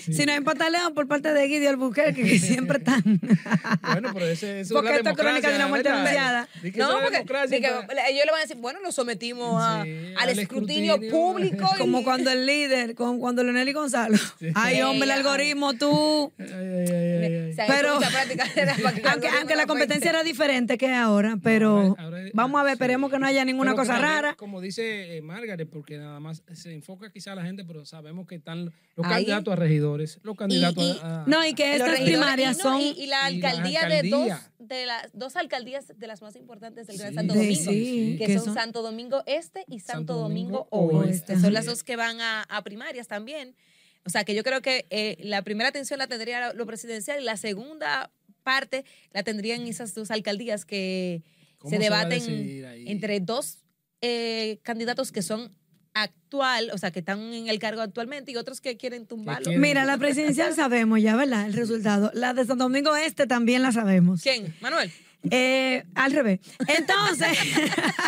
Speaker 2: Si no hay pataleo por parte de Guido Albuquerque, que siempre están.
Speaker 1: Bueno, pero ese, eso
Speaker 2: Porque
Speaker 1: es
Speaker 2: esto
Speaker 1: la
Speaker 2: es crónica de una muerte
Speaker 1: ¿verdad?
Speaker 2: anunciada.
Speaker 1: Di que esa
Speaker 3: No,
Speaker 1: es la
Speaker 3: porque
Speaker 1: democracia,
Speaker 3: de que
Speaker 1: entonces-
Speaker 3: ellos le van a decir, bueno, lo sometimos a-
Speaker 1: Sí,
Speaker 3: al,
Speaker 1: al
Speaker 3: escrutinio,
Speaker 1: escrutinio.
Speaker 3: público. y-
Speaker 2: Como cuando el líder, como cuando Leonel y Gonzalo. Ay, hombre, el
Speaker 3: Sí,
Speaker 2: algoritmo, tú.
Speaker 1: Ay, ay, ay, ay, ay.
Speaker 3: O sea, hay
Speaker 2: Pero-
Speaker 3: mucha práctica para que el
Speaker 2: Aunque,
Speaker 3: algoritmo
Speaker 2: aunque la
Speaker 3: no
Speaker 2: competencia
Speaker 3: afecte.
Speaker 2: era diferente que ahora, pero
Speaker 1: Ahora- ahora-
Speaker 2: vamos a ver,
Speaker 1: sí.
Speaker 2: esperemos que no haya ninguna
Speaker 1: Pero que
Speaker 2: cosa
Speaker 1: también,
Speaker 2: rara.
Speaker 1: Como dice eh, Margaret, porque nada más se enfoca quizá la gente, pero sabemos que están los
Speaker 3: Ahí.
Speaker 1: candidatos a regidores, los candidatos
Speaker 3: y-
Speaker 1: a, a-
Speaker 2: No, y que
Speaker 3: Los
Speaker 2: estas
Speaker 3: regidores,
Speaker 2: primarias
Speaker 3: y no,
Speaker 2: son...
Speaker 3: Y, y la
Speaker 1: Y la
Speaker 3: alcaldía de, dos,
Speaker 1: alcaldía.
Speaker 3: de las dos alcaldías de las más importantes del Gran
Speaker 1: Sí,
Speaker 3: Santo
Speaker 2: sí,
Speaker 3: Domingo.
Speaker 2: sí,
Speaker 3: que,
Speaker 2: que
Speaker 3: son,
Speaker 2: son-
Speaker 3: Santo Domingo Este y Santo,
Speaker 1: Santo
Speaker 3: Domingo,
Speaker 1: Domingo
Speaker 3: Oeste.
Speaker 2: Oeste.
Speaker 3: Son
Speaker 2: Así
Speaker 3: las
Speaker 1: es.
Speaker 3: dos que van a, a primarias también. O sea, que yo creo que eh, la primera atención la tendría lo presidencial y la segunda parte la tendrían esas dos alcaldías que
Speaker 1: ¿Cómo
Speaker 3: se
Speaker 1: se va a
Speaker 3: debaten
Speaker 1: decidir ahí?
Speaker 3: entre dos eh, candidatos que son actual, o sea, que están en el cargo actualmente y otros que quieren tumbarlo.
Speaker 1: quieren-
Speaker 2: Mira, la presidencial sabemos ya, ¿verdad? El resultado. La de Santo Domingo Este también la sabemos.
Speaker 3: ¿Quién? Manuel.
Speaker 2: Eh, al revés. Entonces,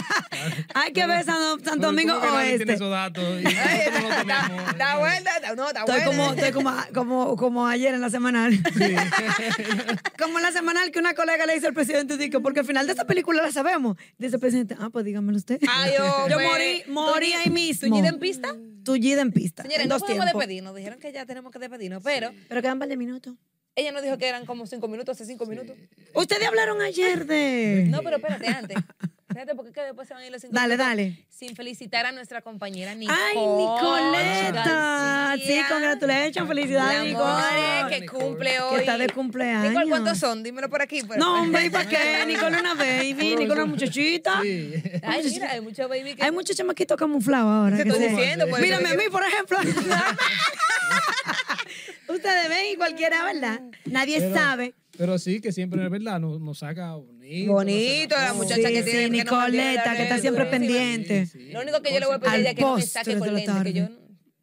Speaker 2: hay que ver San- Santo
Speaker 1: Pero tú
Speaker 2: Domingo
Speaker 1: que nadie tiene
Speaker 2: Oeste.
Speaker 1: esos datos y nosotros no lo tenemos.
Speaker 3: Da vuelta, da- no, da
Speaker 2: Estoy
Speaker 3: vuelta.
Speaker 2: como, estoy como, como, como ayer en la semanal. Como en la semanal que una colega le dice al presidente, dice, porque al final de esta película la sabemos. Dice el presidente, ah, pues dígamelo usted.
Speaker 3: Ay, hombre.
Speaker 2: Yo morí, morí ahí mismo.
Speaker 3: ¿Tuñida en pista?
Speaker 2: Tullida en pista.
Speaker 3: Señores,
Speaker 2: en
Speaker 3: no
Speaker 2: dos
Speaker 3: podemos
Speaker 2: tiempos.
Speaker 3: despedirnos. Dijeron que ya tenemos que despedirnos, pero
Speaker 2: Pero quedan un par de minutos.
Speaker 3: ella nos dijo que eran como cinco minutos, hace cinco minutos.
Speaker 2: Ustedes hablaron ayer de...
Speaker 3: No, pero espérate, antes. Espérate, porque es que después se van a ir los cinco
Speaker 2: Dale,
Speaker 3: minutos
Speaker 2: dale.
Speaker 3: Sin felicitar a nuestra compañera Nicole.
Speaker 2: ¡Ay, Nicoleta!
Speaker 3: García.
Speaker 2: Sí, congratulations, felicidades,
Speaker 1: Mi
Speaker 3: Mi
Speaker 1: amor,
Speaker 2: Nicole.
Speaker 3: Nicole, que
Speaker 1: Nicole.
Speaker 3: cumple hoy.
Speaker 2: Que está de cumpleaños.
Speaker 3: Nicole, ¿cuántos son? Dímelo por aquí. pues. por-
Speaker 2: No, hombre, ¿y para qué? Nicole una baby, Nicole una muchachita.
Speaker 1: Sí.
Speaker 3: Ay, mira, hay muchos baby que...
Speaker 2: Hay muchos chamaquitos camuflados ahora.
Speaker 3: Te
Speaker 2: que
Speaker 3: estoy
Speaker 2: se-
Speaker 3: diciendo, Pues, eh, por eso
Speaker 2: Mírame a
Speaker 3: digo-
Speaker 2: mí, por ejemplo. Ustedes ven y cualquiera, ¿verdad? Nadie
Speaker 1: Pero-
Speaker 2: sabe.
Speaker 1: Pero sí, que siempre es verdad, nos, nos saca bonito. nos
Speaker 3: Bonito,
Speaker 1: saca
Speaker 3: la
Speaker 1: todo.
Speaker 3: muchacha
Speaker 2: Sí,
Speaker 3: que tiene...
Speaker 2: sí,
Speaker 3: que no me olvide
Speaker 2: Nicoleta, que está
Speaker 3: darle
Speaker 2: siempre
Speaker 3: duro encima.
Speaker 2: pendiente.
Speaker 1: sí.
Speaker 3: Lo único que yo le voy a pedir
Speaker 2: Al
Speaker 3: es que no me
Speaker 2: postre
Speaker 3: saque
Speaker 2: de
Speaker 3: con
Speaker 2: la
Speaker 3: lente, que yo...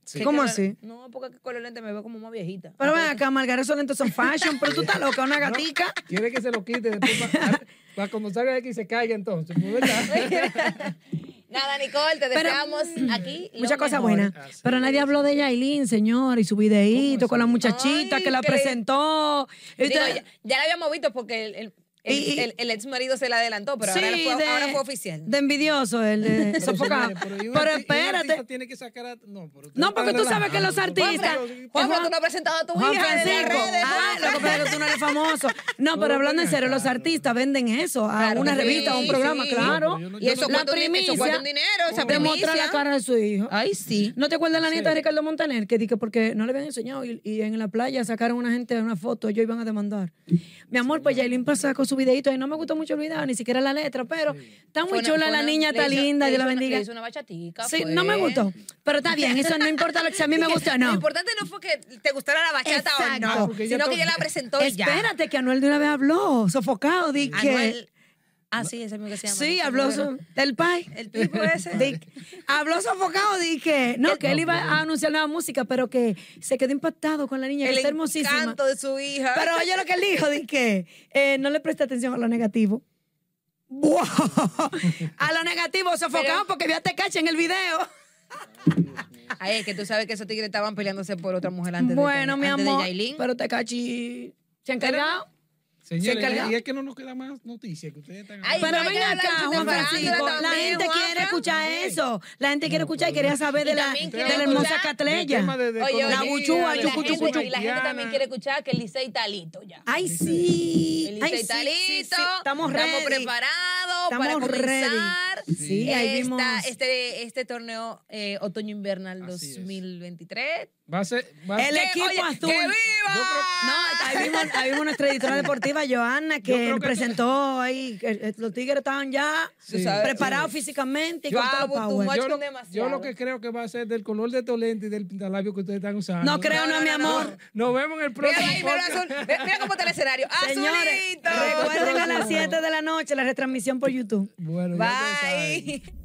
Speaker 1: Sí.
Speaker 3: que
Speaker 2: ¿Cómo
Speaker 3: con-
Speaker 2: así?
Speaker 3: No, porque con los lentes me veo como más viejita.
Speaker 2: Pero ven acá, Margarita, esos lentes son fashion, pero tú estás loca, una gatica.
Speaker 1: Quiere que se lo quite después para, cuando salga de aquí se caiga entonces, pues, ¿verdad?
Speaker 3: Nada, Nicole, te
Speaker 2: Pero-
Speaker 3: deseamos aquí lo
Speaker 2: Muchas cosas
Speaker 3: mejor.
Speaker 2: buenas.
Speaker 1: Así
Speaker 2: Pero nadie habló de Yailin, señor, y su videíto con la muchachita
Speaker 3: Ay,
Speaker 2: que la
Speaker 3: que le-
Speaker 2: presentó. Este, Y
Speaker 3: Digo,
Speaker 2: usted-
Speaker 3: ya, ya la habíamos visto porque el, el, el-
Speaker 2: Y- y-
Speaker 3: el- el ex marido se la adelantó, pero ahora, fue,
Speaker 2: de-
Speaker 3: ahora fue oficial.
Speaker 2: De envidioso, el de
Speaker 1: Pero
Speaker 2: sofocado.
Speaker 1: señores,
Speaker 2: Pero,
Speaker 1: y un arti- y un
Speaker 2: espérate.
Speaker 1: artista tiene que sacar a- no, pero usted
Speaker 2: No,
Speaker 1: está
Speaker 2: porque tú sabes que
Speaker 1: relajando.
Speaker 2: los
Speaker 1: Juan Fra-
Speaker 2: artistas.
Speaker 3: Juan,
Speaker 2: Juan-
Speaker 3: tú no has presentado a tu
Speaker 2: Juan
Speaker 3: hija en las
Speaker 2: Francisco.
Speaker 3: redes.
Speaker 2: Ah, lo que pasa es que tú no eres famoso. No, pero
Speaker 1: No,
Speaker 2: hablando en
Speaker 1: venga,
Speaker 2: serio, los
Speaker 1: claro.
Speaker 2: artistas venden eso a
Speaker 3: Claro
Speaker 2: una
Speaker 3: que
Speaker 2: revista, a un
Speaker 3: sí,
Speaker 2: programa,
Speaker 3: sí.
Speaker 2: claro.
Speaker 1: No, pero yo no-
Speaker 3: Y eso
Speaker 1: La
Speaker 3: cuesta un dinero, eso
Speaker 2: primicia.
Speaker 3: cuesta un dinero, esa
Speaker 2: Te muestra la
Speaker 3: primicia.
Speaker 2: cara de su hijo.
Speaker 3: Ay, sí.
Speaker 2: ¿No te acuerdas la nieta de
Speaker 1: Sí.
Speaker 2: Ricardo Montaner? Que dije, porque no le habían enseñado y, y en la playa sacaron una gente una foto, ellos iban a demandar. Mi amor, pues Yailin pasa con su videito y no me gustó mucho el video, ni siquiera la letra, pero está muy
Speaker 3: Fue una-
Speaker 2: chula,
Speaker 3: fue
Speaker 2: la
Speaker 3: una-
Speaker 2: niña
Speaker 3: le
Speaker 2: está
Speaker 3: hizo-
Speaker 2: linda,
Speaker 3: le
Speaker 2: Dios la
Speaker 3: hizo una-
Speaker 2: bendiga.
Speaker 3: Le hizo una bachatica.
Speaker 2: Sí,
Speaker 3: fue.
Speaker 2: no me gustó, pero está bien, eso no importa lo que a mí me gustó,
Speaker 3: Lo
Speaker 2: no.
Speaker 3: importante no fue que te gustara la bachata
Speaker 2: Exacto.
Speaker 3: o
Speaker 1: Ah,
Speaker 3: no,
Speaker 1: porque ya
Speaker 3: sino
Speaker 1: to-
Speaker 3: que ya la presentó y ya.
Speaker 2: Espérate, que Anuel de una vez habló, sofocado, di que...
Speaker 3: Anuel. Ah, sí, ese amigo que se llama.
Speaker 2: Sí,
Speaker 3: ese
Speaker 2: habló
Speaker 3: número.
Speaker 2: so- del pai.
Speaker 3: El tipo ese.
Speaker 2: Di- habló sofocado, dije, no, que él iba a anunciar nueva música, pero que se quedó impactado con la niña, que
Speaker 3: El
Speaker 2: está hermosísima.
Speaker 3: encanto de su hija.
Speaker 2: Pero oye lo que él dijo, dije, eh, no le preste atención a lo negativo. ¡Wow! A lo negativo, sofocado
Speaker 3: Pero-
Speaker 2: porque vi a Tecachi en el video.
Speaker 3: Ay, es que tú sabes que esos tigres estaban peleándose por otra mujer antes
Speaker 2: bueno,
Speaker 3: de
Speaker 2: mi
Speaker 3: antes de
Speaker 2: amor.
Speaker 3: Yailin.
Speaker 2: pero Tecachi se ha encargado.
Speaker 1: Señores,
Speaker 2: encargó.
Speaker 1: y es que no nos queda más noticias que ustedes están
Speaker 3: Ay,
Speaker 2: Pero,
Speaker 3: hay que
Speaker 2: ven
Speaker 3: hablar
Speaker 2: acá,
Speaker 3: de
Speaker 2: Juan
Speaker 3: farándula
Speaker 2: Francisco. La
Speaker 3: también,
Speaker 2: gente
Speaker 3: Juanfran.
Speaker 2: quiere escuchar eso. La gente quiere escuchar y quería saber
Speaker 3: Y
Speaker 2: de la,
Speaker 3: también
Speaker 2: de
Speaker 3: queremos
Speaker 2: la hermosa
Speaker 3: hablar
Speaker 2: Catleya.
Speaker 3: Oye,
Speaker 2: La
Speaker 3: oye,
Speaker 2: buchúa,
Speaker 3: y la
Speaker 2: yucu,
Speaker 3: gente-
Speaker 2: yucu,
Speaker 3: Y la gente también quiere escuchar que el Licey está listo ya.
Speaker 2: Ay, sí.
Speaker 3: El
Speaker 2: Ay,
Speaker 3: Licey está
Speaker 2: sí, sí, sí.
Speaker 3: listo.
Speaker 2: Estamos ready.
Speaker 3: preparados para
Speaker 2: Estamos ready.
Speaker 3: comenzar.
Speaker 2: Sí, ahí vimos.
Speaker 3: esta- este, este torneo eh, otoño-invernal
Speaker 1: Así es.
Speaker 3: 2023.
Speaker 1: Va a ser va a-
Speaker 2: El
Speaker 3: Que,
Speaker 2: equipo
Speaker 3: oye,
Speaker 2: azul.
Speaker 3: ¡Que viva!
Speaker 1: Yo
Speaker 2: No, ahí vimos, ahí vimos nuestra editora deportiva, Joana,
Speaker 1: Yo creo
Speaker 2: que,
Speaker 1: que-
Speaker 2: presentó ahí. que, eh, Los tigres estaban ya
Speaker 1: Sí.
Speaker 2: preparados físicamente y
Speaker 3: Yo
Speaker 2: con todo el
Speaker 3: hago tu
Speaker 2: power.
Speaker 3: macho
Speaker 1: yo, lo,
Speaker 3: con demasiado.
Speaker 1: yo lo que creo que va a ser del color de tu lente y del pintalabio que ustedes están usando.
Speaker 2: No creo, no,
Speaker 3: no,
Speaker 2: mi
Speaker 3: no, no.
Speaker 2: amor.
Speaker 1: Nos vemos en el próximo.
Speaker 3: Mira ahí, mira,
Speaker 1: podcast.
Speaker 3: azul. Mira- mira cómo está el escenario.
Speaker 2: Señores,
Speaker 3: ¡Azulito!
Speaker 2: recuerden a las 7 de la noche la retransmisión por YouTube.
Speaker 1: Bueno, ya ustedes saben.
Speaker 3: Bye.